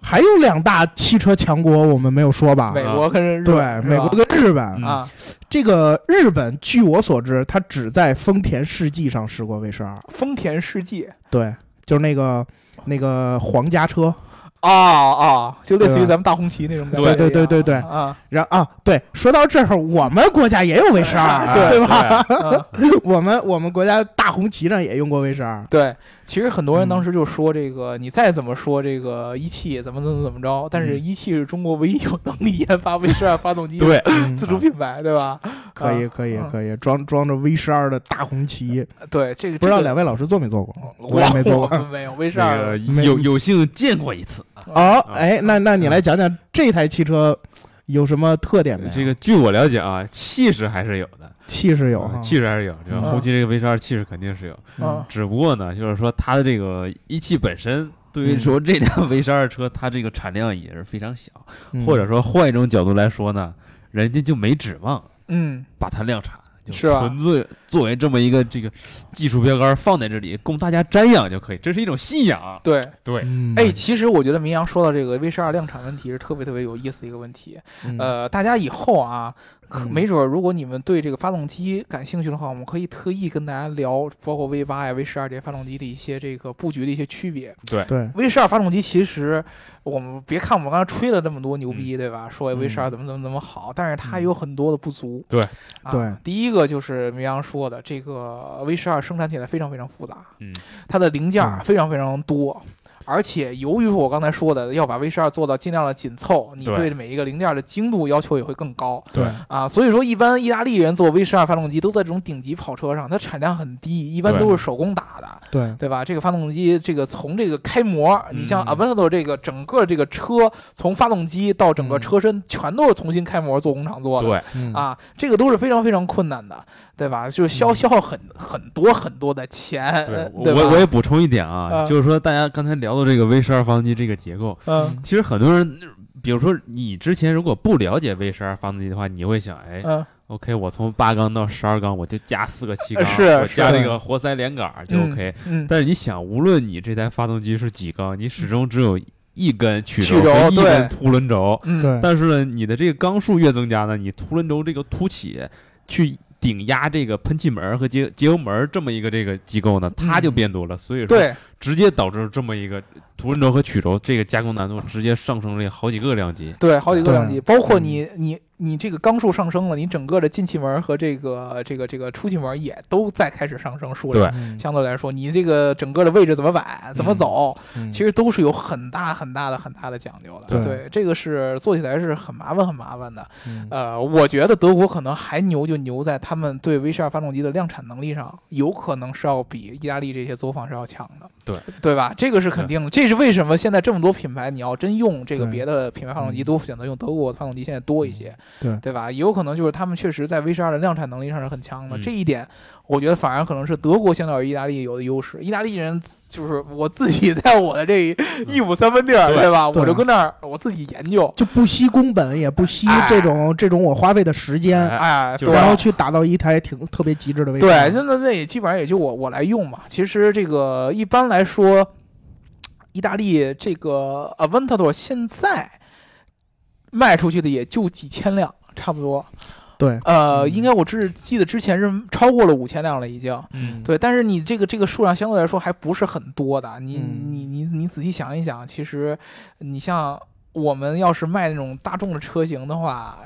B: 还有两大汽车强国我们没有说吧？
C: 啊美国跟日
B: 对，
C: 本
B: 美国
C: 是吧
B: 跟日本，
D: 嗯
C: 啊，
B: 这个日本据我所知，它只在丰田世纪上试过 V 十二，
C: 丰田世纪
B: 对，就是那个那个皇家车，
C: 啊啊，就类似于
B: 对吧
C: 咱们大红旗那种感
D: 对
C: 觉一样。
B: 对对对对
C: 啊，
B: 然啊，对，说到这儿，我们国家也有 V 十二，
C: 对
B: 对吧？
C: 啊
B: 我们我们国家大红旗上也用过 V 十二，
C: 对，其实很多人当
B: 嗯
C: 时就说这个，你再怎么说这个一汽怎么怎么怎么着，但是
B: 嗯
C: 一汽是中国唯一有能力研发 V 十二发动机的
D: 对，
C: 自主品牌，对吧？
B: 嗯可以可以
C: 嗯
B: 可以，装装着 V 十二的大红旗，
C: 啊对，这个
B: 不知道
C: 这个
B: 两位老师做没做过？
C: 我
B: 也没做
C: 我
B: 过。
C: 没有 V 十
D: 那
C: 二
D: 个，有有幸见过一次。
C: 啊
B: 哦，哎，那那你来讲讲这台汽车有什么特点没？
D: 哎这个据我了解啊，气势还是有的，啊
B: 气势有哈
D: 气势还是有，这个
C: 嗯
D: 后期这个 V 十二气势肯定是有，
B: 嗯
C: 嗯
D: 只不过呢，就是说它的这个一汽本身。对于
B: 嗯
D: 说这辆 V 十二车，它这个产量也是非常小，
B: 嗯
D: 或者说换一种角度来说呢，人家就没指望
C: 嗯，
D: 把它量产，就是
C: 吧
D: 纯粹作为这么一个这个技术标杆放在这里，供大家瞻仰就可以，这是一种信仰。
C: 对，
D: 对
B: 嗯
C: 哎，其实我觉得明阳说到这个 V 十二量产问题是特别特别有意思的一个问题。
B: 嗯
C: 呃，大家以后啊，可
B: 嗯
C: 没准儿如果你们对这个发动机感兴趣的话，我们可以特意跟大家聊，包括 V 八呀、V 十二这些发动机的一些这个布局的一些区别。
B: 对
C: V 十二发动机其实，我们别看我们刚才吹了这么多牛逼，对吧？说哎 V 十二
B: 嗯
C: 怎么怎么怎么好，但是它
B: 嗯
C: 有很多的不足。
D: 对
C: 啊
B: 对
C: 第一个就是明阳说的，这个 V 十二生产起来非常非常复杂，
D: 嗯，
C: 它的零件儿
B: 嗯
C: 非常非常多。而且，由于我刚才说的，要把 V 十二做到尽量的紧凑，你
D: 对
C: 对每一个零件儿的精度要求也会更高
B: 对，
C: 啊。所以说，一般意大利人做 V 十二发动机都在这种顶级跑车上，它产量很低，一般
D: 对
C: 都是手工打的。
B: 对
C: 对吧？这个发动机，这个从这个开模，你像
B: 嗯
C: Aventador 这个整个这个车，从发动机到整个
B: 嗯
C: 车身，全都是重新开模做工厂做的。
D: 对，
B: 嗯
C: 啊，这个都是非常非常困难的，对吧？就是消
B: 嗯
C: 消耗很很多很多的钱，呃
D: 我
C: 对吧？
D: 我我也补充一点啊，
C: 嗯
D: 就是说大家刚才聊到这个 V 十二发动机这个结构，
C: 嗯
D: 其实很多人，比如说你之前如果不了解 V 十二发动机的话，你会想，哎，
C: 嗯
D: OK，我从八缸到十二缸，我就加四个气缸，
C: 呃是
D: 我
C: 是
D: 加了一个活塞连杆儿就 OK。
C: 嗯，
D: 但是你想，无论你这台发动机是几缸，你始终只有一根曲
C: 曲
D: 轴
C: 轴
D: 和一
C: 对
D: 根凸轮轴。
C: 嗯，
B: 对，
D: 但是呢，你的这个缸数越增加呢，你凸轮轴这个凸起去顶压这个喷气门儿和节节油门儿这么一个这个机构呢，它就
C: 嗯
D: 变多了。所以说，
C: 对，
D: 直接导致这么一个凸轮轴和曲轴这个加工难度直接上升了好几个量级。
C: 对，好几个
B: 对
C: 量级，包括你你你这个缸数上升了，你整个的进气门和这个这个这个出气门也都在开始上升数量。
D: 对
B: 嗯
C: 相对来说，你这个整个的位置怎么摆、怎么
B: 嗯
C: 走，
B: 嗯
C: 其实都是有很大很大的很大的讲究的。
B: 对
C: 这个是做起来是很麻烦很麻烦的。
B: 嗯
C: 呃，我觉得德国可能还牛就牛在他们对 V 十二发动机的量产能力上，有可能是要比意大利这些作坊是要强的，
D: 对
C: 对吧？这个是肯定的，这是为什么现在这么多品牌，你要真用这个
B: 对
C: 别的品牌发动机，
B: 嗯
C: 都选择用德国发动机现在
D: 嗯
C: 多一些，
B: 对
C: 对吧？也有可能就是他们确实在 V 十二的量产能力上是很强的，
D: 嗯
C: 这一点我觉得反而可能是德国相较于意大利有的优势。意大利人就是我自己在我的这一一亩三分地儿，
D: 嗯对
C: 对吧？我
B: 对
C: 就跟那儿我自己研究，
B: 就不惜工本，也不惜这种这种我花费的时间，
D: 哎
C: 哎，
D: 就
C: 对
B: 然后去打造一台挺特别极致的位置。
C: 对，现在那也基本上也就我我来用嘛。其实这个一般来说，意大利这个呃 Aventador 现在卖出去的也就几千辆，差不多。
B: 对，
C: 呃，
B: 嗯
C: 应该我只记得之前是超过了五千辆了，已经。
D: 嗯，
C: 对，但是你这个这个数量相对来说还不是很多的。你、
B: 嗯
C: 你你你仔细想一想，其实你像我们要是卖那种大众的车型的话，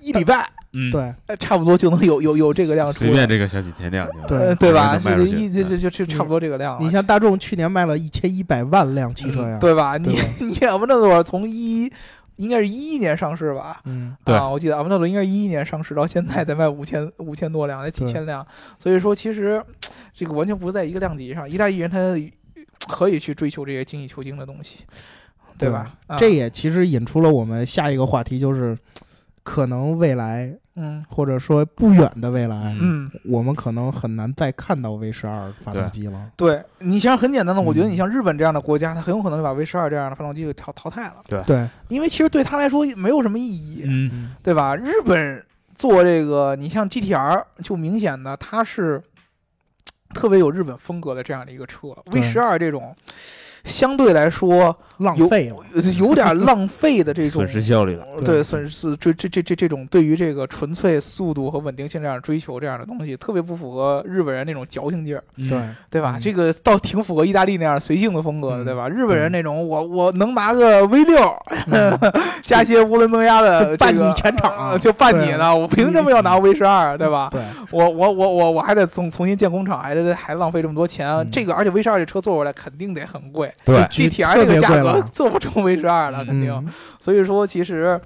C: 一礼拜
D: 嗯，
B: 对
C: 呃差不多就能有有有这个量出
D: 随
C: 来
D: 便这个小几千辆就
B: 对
C: 呃，对吧？
D: 嗯能卖
C: 这
D: 出
C: 个
D: 去
C: 一这
D: 嗯
C: 这就就差不多这个量了，
B: 你像大众去年卖了一千一百万辆汽车呀，
C: 嗯对吧？ 你
B: 对
C: 你阿姆纳多从一应该是一一年上市吧？
B: 嗯，
D: 对
C: 啊，我记得阿姆纳多应该是一一年上市，到现在才卖五千五千多辆，才几
B: 对
C: 千辆。所以说，其实这个完全不在一个量级上。意大利人他可以去追求这些精益求精的东西，
B: 对
C: 吧？啊
B: 这也其实引出了我们下一个话题，就是可能未来
C: 嗯
B: 或者说不远的未来，
D: 嗯
C: 嗯。
B: 我们可能很难再看到 V 十二发动机了。
C: 对你像很简单的，我觉得
B: 嗯
C: 你像日本这样的国家，它很有可能就把 V 十二这样的发动机给淘淘汰了，
B: 对，
C: 因为其实对他来说没有什么意义。
D: 嗯，
B: 嗯
C: 对吧？日本做这个，你像 GTR 就明显的它是特别有日本风格的这样的一个车
B: 对
C: ，V 十二这种相对 来说
B: 浪费了。
C: 有有点浪费的这种
D: 损失效率了。
C: 呃
B: 对
C: 对损失这这这这这种对于这个纯粹速度和稳定性这样的追求这样的东西，特别不符合日本人那种矫情劲儿，
B: 对，
C: 对吧？
B: 嗯
C: 这个倒挺符合意大利那样随性的风格的，
B: 嗯
C: 对吧？日本人那种我我能拿个 V 六
B: 嗯
C: 加些涡轮增压的、
B: 就
C: 这
B: 办
C: 个
B: 你全场
C: 呃 就办你
B: 啊对
C: 呢，我凭什么要拿 V 十二，对吧？
B: 对，
C: 我我我我我还得重重新建工厂，还得还浪费这么多钱，
B: 嗯
C: 这个而且 V 十二这车做过来肯定得很贵
D: 对
B: 就其实
C: ，GTR
B: 特
C: 这
B: 别贵
C: 个价 格
B: 了。
C: 做不出 V 十二了，肯定。
B: 嗯，
C: 所以说，其实，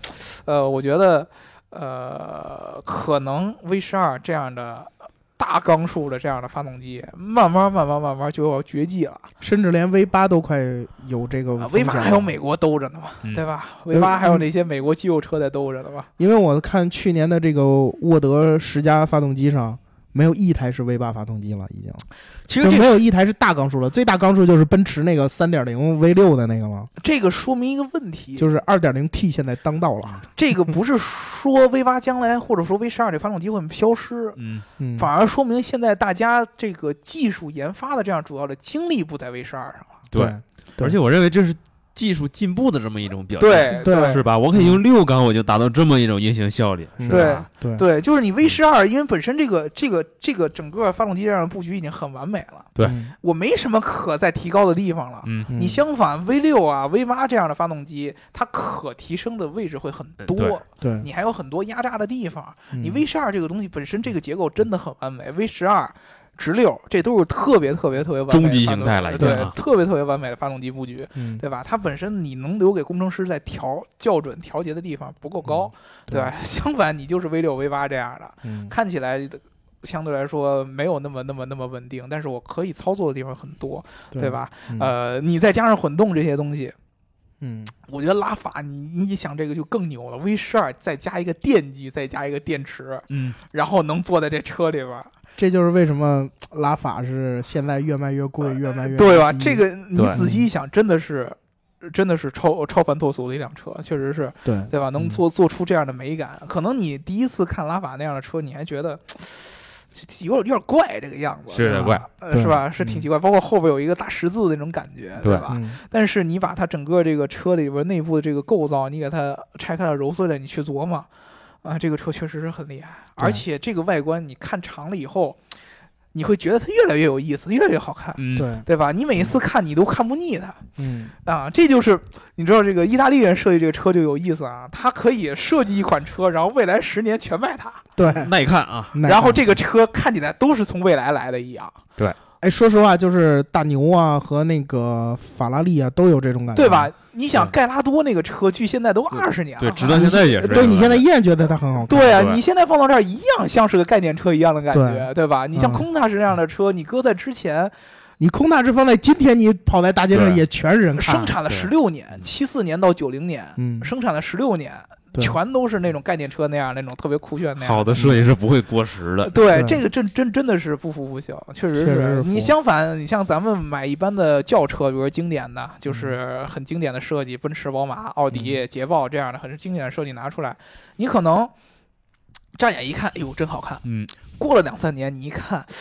C: 呃，我觉得，呃，可能 V 十二这样的。大缸数的这样的发动机，慢慢慢慢慢慢就要绝迹了。
B: 甚至连 V 八都快有这个
C: 啊，V
B: 风
C: 八
B: 险
C: 还有
B: 了
C: 美国兜着呢嘛，
D: 嗯
C: 对吧
B: 对
C: ？V 八还有那些美国肌肉车在兜着呢嘛。
B: 因为我看去年的这个沃德十佳发动机上，没有一台是 V 八发动机了，已经
C: 其实
B: 就
C: 这
B: 没有一台是大缸数了。最大缸数就是奔驰那个三点零 V 六的那个了，
C: 这个说明一个问题，
B: 就是二点零 T 现在当道了。
C: 这个不是说 V 八将来或者说 V 十二这发动机会消失，
D: 嗯，
B: 嗯，
C: 反而说明现在大家这个技术研发的这样主要的精力不在 V 十二上了。
D: 对，
B: 对
D: 而且我认为这是技术进步的这么一种表现，
C: 对嗯
B: 对
D: 是吧？我可以用六缸，我就达到这么一种运行效率，
B: 嗯
D: 是吧
B: 对
C: 对，就是你 V 十二，因为本身这个这个这个整个发动机这样的布局已经很完美了，
D: 对
B: 嗯
C: 我没什么可再提高的地方了。
D: 嗯，
B: 嗯
C: 你相反，V 六啊、V 八这样的发动机，它可提升的位置会很
D: 对
C: 多，
B: 对
C: 你还有很多压榨的地方。
B: 嗯
C: 你 V 十二这个东西本身这个结构真的很完美，V 十二、直六这都是特别特别特别完美的
D: 终极
C: 发
D: 形
C: 动
D: 态了已经
C: 对
D: 啊，
C: 特别特别完美的发动机布局，
B: 嗯
C: 对吧？它本身你能留给工程师在调校准调节的地方不够高，
D: 嗯
C: 对
D: 啊
C: 吧？ 相反，你就是 V 六、V 八这样的，
B: 嗯
C: 看起来相对来说没有那么那么那么稳定，但是我可以操作的地方很多，对吧？？
B: 嗯，
C: 呃，你再加上混动这些东西，
B: 嗯，
C: 我觉得拉法你你一想这个就更牛了，V 十二再加一个电机，再加一个电池，
D: 嗯，
C: 然后能坐在这车里边儿，
B: 这就是为什么拉法是现在越卖越贵，越卖越嗯
C: 对吧？
B: 低
C: 这个你
D: 对
C: 仔细一想，真的是真的是超超凡脱俗的一辆车，确实是
B: 对，
C: 对吧？能做做出这样的美感，可能你第一次看拉法那样的车，你还觉得这这有点有点怪这个样子，
D: 是有点
C: 吧
D: 怪，
C: 呃
B: 对
C: 是吧？是
B: 嗯
C: 挺奇怪，包括后边有一个大十字的那种感觉，
D: 对
C: 吧？
B: 嗯
C: 但是你把它整个这个车里边内部的这个构造，你给它拆开了揉碎了，你去琢磨，啊，这个车确实是很厉害，
B: 对
C: 而且这个外观你看长了以后，你会觉得它越来越有意思，越来越好看，
D: 嗯，
B: 对，
C: 对吧？你每一次看你都看不腻它
B: 嗯，
C: 啊，这就是你知道这个意大利人设计这个车就有意思啊，他可以设计一款车，然后未来十年全卖它，
B: 对。
D: 耐看啊，
B: 那
C: 然后
B: 看
C: 这个车看起来都是从未来来的一样，
B: 哎，说实话，就是大牛啊和那个法拉利啊都有这种感觉，
C: 对吧？？你想
D: 嗯对
C: 盖拉多那个车，距现在都二十年了，
D: 对，直到现在也是这
B: 对
D: 样的。
B: 你现在依然觉得它很好看，
C: 对啊，
D: 对
C: 你现在放到这儿一样像是个概念车一样的感觉，对吧？你像
B: 嗯
C: 空大是这样的车，你搁在之前
B: 你空大之风在今天你跑在大街上
D: 对
B: 也全是人看，
C: 生产了
D: 对
C: 十六年，七四年到九零年，
B: 嗯，
C: 生产了十六年，
B: 对
C: 全都是那种概念车那样那种特别酷炫那样。
D: 好的设计是不会过时的，
C: 对
B: 对，
C: 这个真真真的是不服不行，确实
B: 确实是服
C: 你相反，你像咱们买一般的轿车，比如说经典的，
B: 嗯
C: 就是很经典的设计，奔驰、宝马、奥迪、捷豹这样的很经典的设计拿出来，你可能乍眼一看，哎呦，真好看。
D: 嗯，
C: 过了两三年，你一看，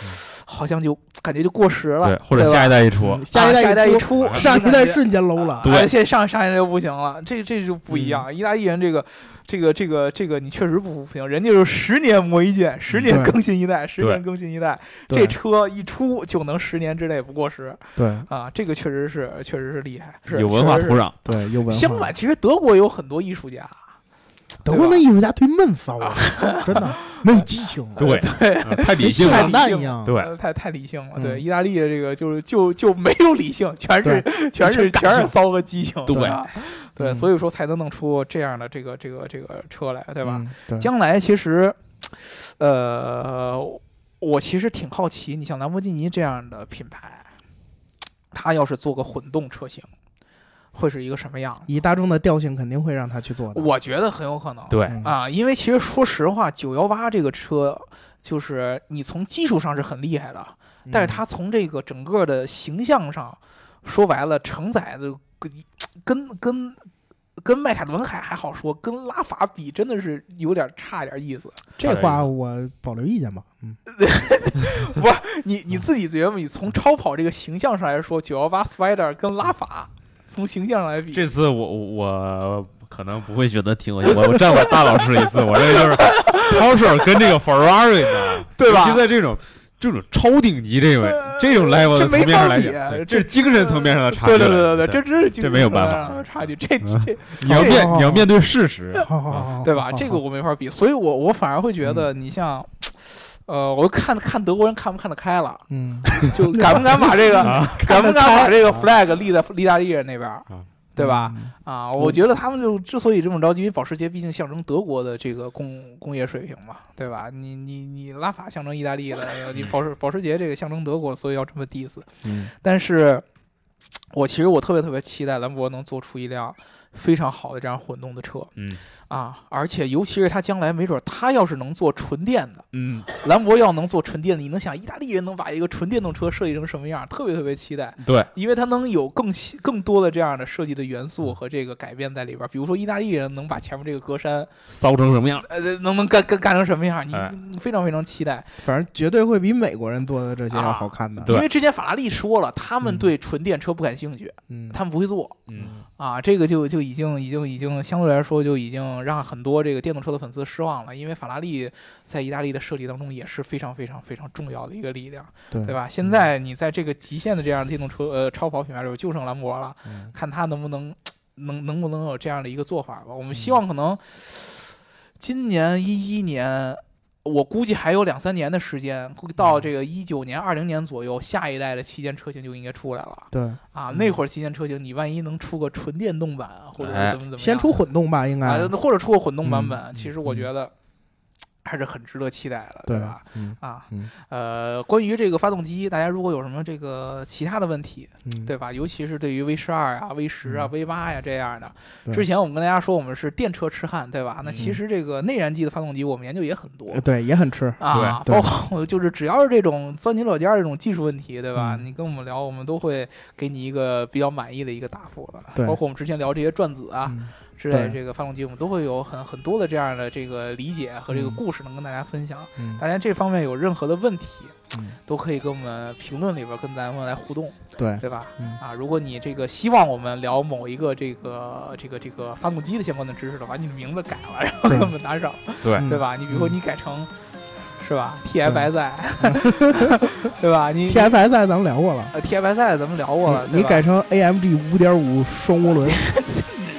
C: 好像就感觉就过时了，
D: 对，或者
C: 对吧
D: 下一代一出
B: 嗯，下一
C: 啊下一
B: 代
C: 代一
B: 出，
C: 出，
B: 上一代
C: 就感觉
B: 瞬间 low 了，
D: 对嗯
C: 啊现在上上一代就不行了，这这就不一样。意大利人这个这个这个这个，你确实不不行，人家就是十年磨一剑，十年
B: 对
C: 更新一代，十
D: 嗯对
C: 年更新一代，
B: 对
C: 这车一出就能十年之内不过时
B: 对
C: 啊！这个确实是确实是厉害，是
D: 有文化土。
C: 确实
D: 壤，
B: 对，有文化。
C: 是相反，其实德国有很多艺术家，
B: 德国
C: 对吧
B: 那艺术家忒闷骚 了，真的没有激情，
D: 对，嗯太理
B: 跟
D: 性
B: 性
C: 太
D: 了
B: 冷
C: 理，
B: 淡
C: 性
B: 一样。
D: 对，
C: 呃太太理性了。对，
B: 嗯
C: 意大利的这个就是就就没有理性，全是全
B: 全是
C: 是
B: 感
C: 全是
B: 性
C: 骚和激情，
D: 对
C: 吧？对，
B: 嗯
C: 所以说才能弄出这样的这个这个这个车来，对
B: 对
C: 吧？？
B: 嗯对，
C: 将来其实，呃，我其实挺好奇，你像兰博基尼这样的品牌，它要是做个混动车型，会是一个什么样子？
B: 以大众的调性肯定会让他去做的。
C: 我觉得很有可能，
D: 对，
B: 嗯
C: 啊，因为其实说实话，九幺八这个车，就是你从技术上是很厉害的，但是它从这个整个的形象上，说白了，承载的跟跟跟迈凯伦还还好说，跟拉法比真的是有点差点意思。
B: 嗯这话我保留意见吧。嗯，
C: 你你自己觉得，你从超跑这个形象上来说，九幺八 Spider 跟拉法从形象上来比，
D: 这次我我可能不会觉得挺恶心，我我站我大老师一次，我这就是抛手跟这个 Ferrari 呢，
C: 对吧呃
D: 尤其在这种这种超顶级这种这种 level 的
C: 这
D: 层
C: 没
D: 面上
C: 法
D: 来
C: 比
D: 讲，，对这
C: 这
D: 是精神层面上的差距
C: 对
D: 了。
C: 对对对对，
D: 对
C: 这真是精
D: 这
C: 神
D: 没有
C: 层面
D: 办法
C: 上的差距，嗯这这。啊
D: 你要面
B: 好
D: 你要面对事实，
B: 好好好，
C: 对吧？
B: 好
C: 这个我没法比，所以我我反而会觉得，你像，呃，我看看德国人看不看得开了，
B: 嗯，
C: 就敢不敢把这个 敢不敢把这个
B: 啊
C: flag 立在意大利人那边儿
D: 啊，
C: 对吧？
B: 嗯？
C: 啊，我觉得他们就之所以这么着急，因为保时捷毕竟象征德国的这个工工业水平嘛，对吧？你你你拉法象征意大利的，哎你保时保时捷这个象征德国，所以要这么 diss。
B: 嗯，
C: 但是，我其实我特别特别期待兰博能做出一辆非常好的这样混动的车。
D: 嗯
C: 啊，而且尤其是他将来没准儿他要是能做纯电的，
D: 嗯，
C: 兰博要能做纯电的，你能想意大利人能把一个纯电动车设计成什么样儿？特别特别期待，
D: 对，
C: 因为它能有更细更多的这样的设计的元素和这个改变在里边儿。比如说意大利人能把前面这个格栅，
D: 骚成什么样？
C: 呃，能能干干干成什么样儿？你
D: 哎
B: 嗯
C: 你非常非常期待，
B: 反正绝对会比美国人做的这些要好看的。
D: 啊对
C: 因为之前法拉利说了，他们
B: 嗯
C: 对纯电车不感兴趣，
B: 嗯，
C: 他们不会做。
D: 嗯，
C: 啊，这个就就已经已经已经相对来说就已经让很多这个电动车的粉丝失望了，因为法拉利在意大利的设计当中也是非常非常非常重要的一个力量，
B: 对
C: 对？吧？现在你在这个极限的这样的电动车呃超跑品牌里边就剩兰博了，
B: 嗯
C: 看它能不能能能不能有这样的一个做法吧。我们
B: 嗯
C: 希望可能今年一一年。我估计还有两三年的时间，会
B: 嗯
C: 到这个一九年、二零年左右，下一代的旗舰车型就应该出来了。
B: 对，
C: 啊，
B: 嗯
C: 那会儿旗舰车型，你万一能出个纯电动版，或者
D: 哎
C: 是怎么怎么样，啊
B: 先出混动吧，应该
C: 啊，或者出个混动版
B: 啊嗯
C: 本，其实我觉得还是很值得期待了，
B: 对
C: 吧？
B: 嗯
C: 啊，
B: 嗯
C: 呃，关于这个发动机，大家如果有什么这个其他的问题，
B: 嗯，
C: 对吧？尤其是对于 V 十二啊、V 十啊、
B: 嗯
C: V 八呀这样的，
B: 对
C: 之前我们跟大家说我们是电车痴汉，对吧？那其
B: 嗯
C: 实这个内燃机的发动机我们研究也很多
B: 呃对，也很吃，
C: 啊，
B: 对
C: 包括就是只要是这种钻牛角尖儿这种技术问题，对吧？
B: 嗯
C: 你跟我们聊，我们都会给你一个比较满意的一个答复的。
B: 对
C: 包括我们之前聊这些转子啊
B: 嗯
C: 之类的
B: 对
C: 这个发动机，我们都会有很很多的这样的这个理解和这个
B: 嗯
C: 故事能跟大家分享。
B: 嗯
C: 大家这方面有任何的问题，
B: 嗯
C: 都可以跟我们评论里边跟咱们来互动，
B: 对，
C: 对吧？
B: 嗯
C: 啊，如果你这个希望我们聊某一个这个这个这个发动机的相关的知识的话，你的名字改了，然后
B: 对
C: 给我们打赏，
B: 嗯
C: 对？吧？你比如说
B: 嗯
C: 你改成是吧 TFSI，对吧？你
B: T F S I 咱们聊过了，
C: 呃 TFSI 咱们聊过了，
B: 你你
C: 对吧
B: 改成 A M G 五点五双涡 轮，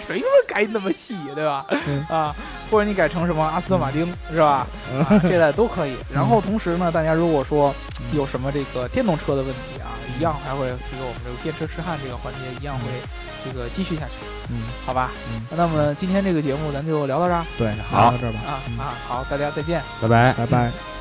C: 谁他妈改那么细，对吧？
B: 嗯
C: 啊，或者你改成什么阿斯顿马丁是吧？啊，这类都可以。然后同时呢，大家如果说
B: 嗯
C: 有什么这个电动车的问题啊，一样还会这个我们这个电车痴汉这个环节一样会这个继续下去，
B: 嗯，
C: 好吧？
B: 嗯
C: 那么今天这个节目咱就聊到这儿
B: 对，
D: 好
B: 聊到这儿吧，
C: 啊
B: 嗯
C: 啊，好，大家再见。
D: 拜拜。
B: 拜拜。
C: 拜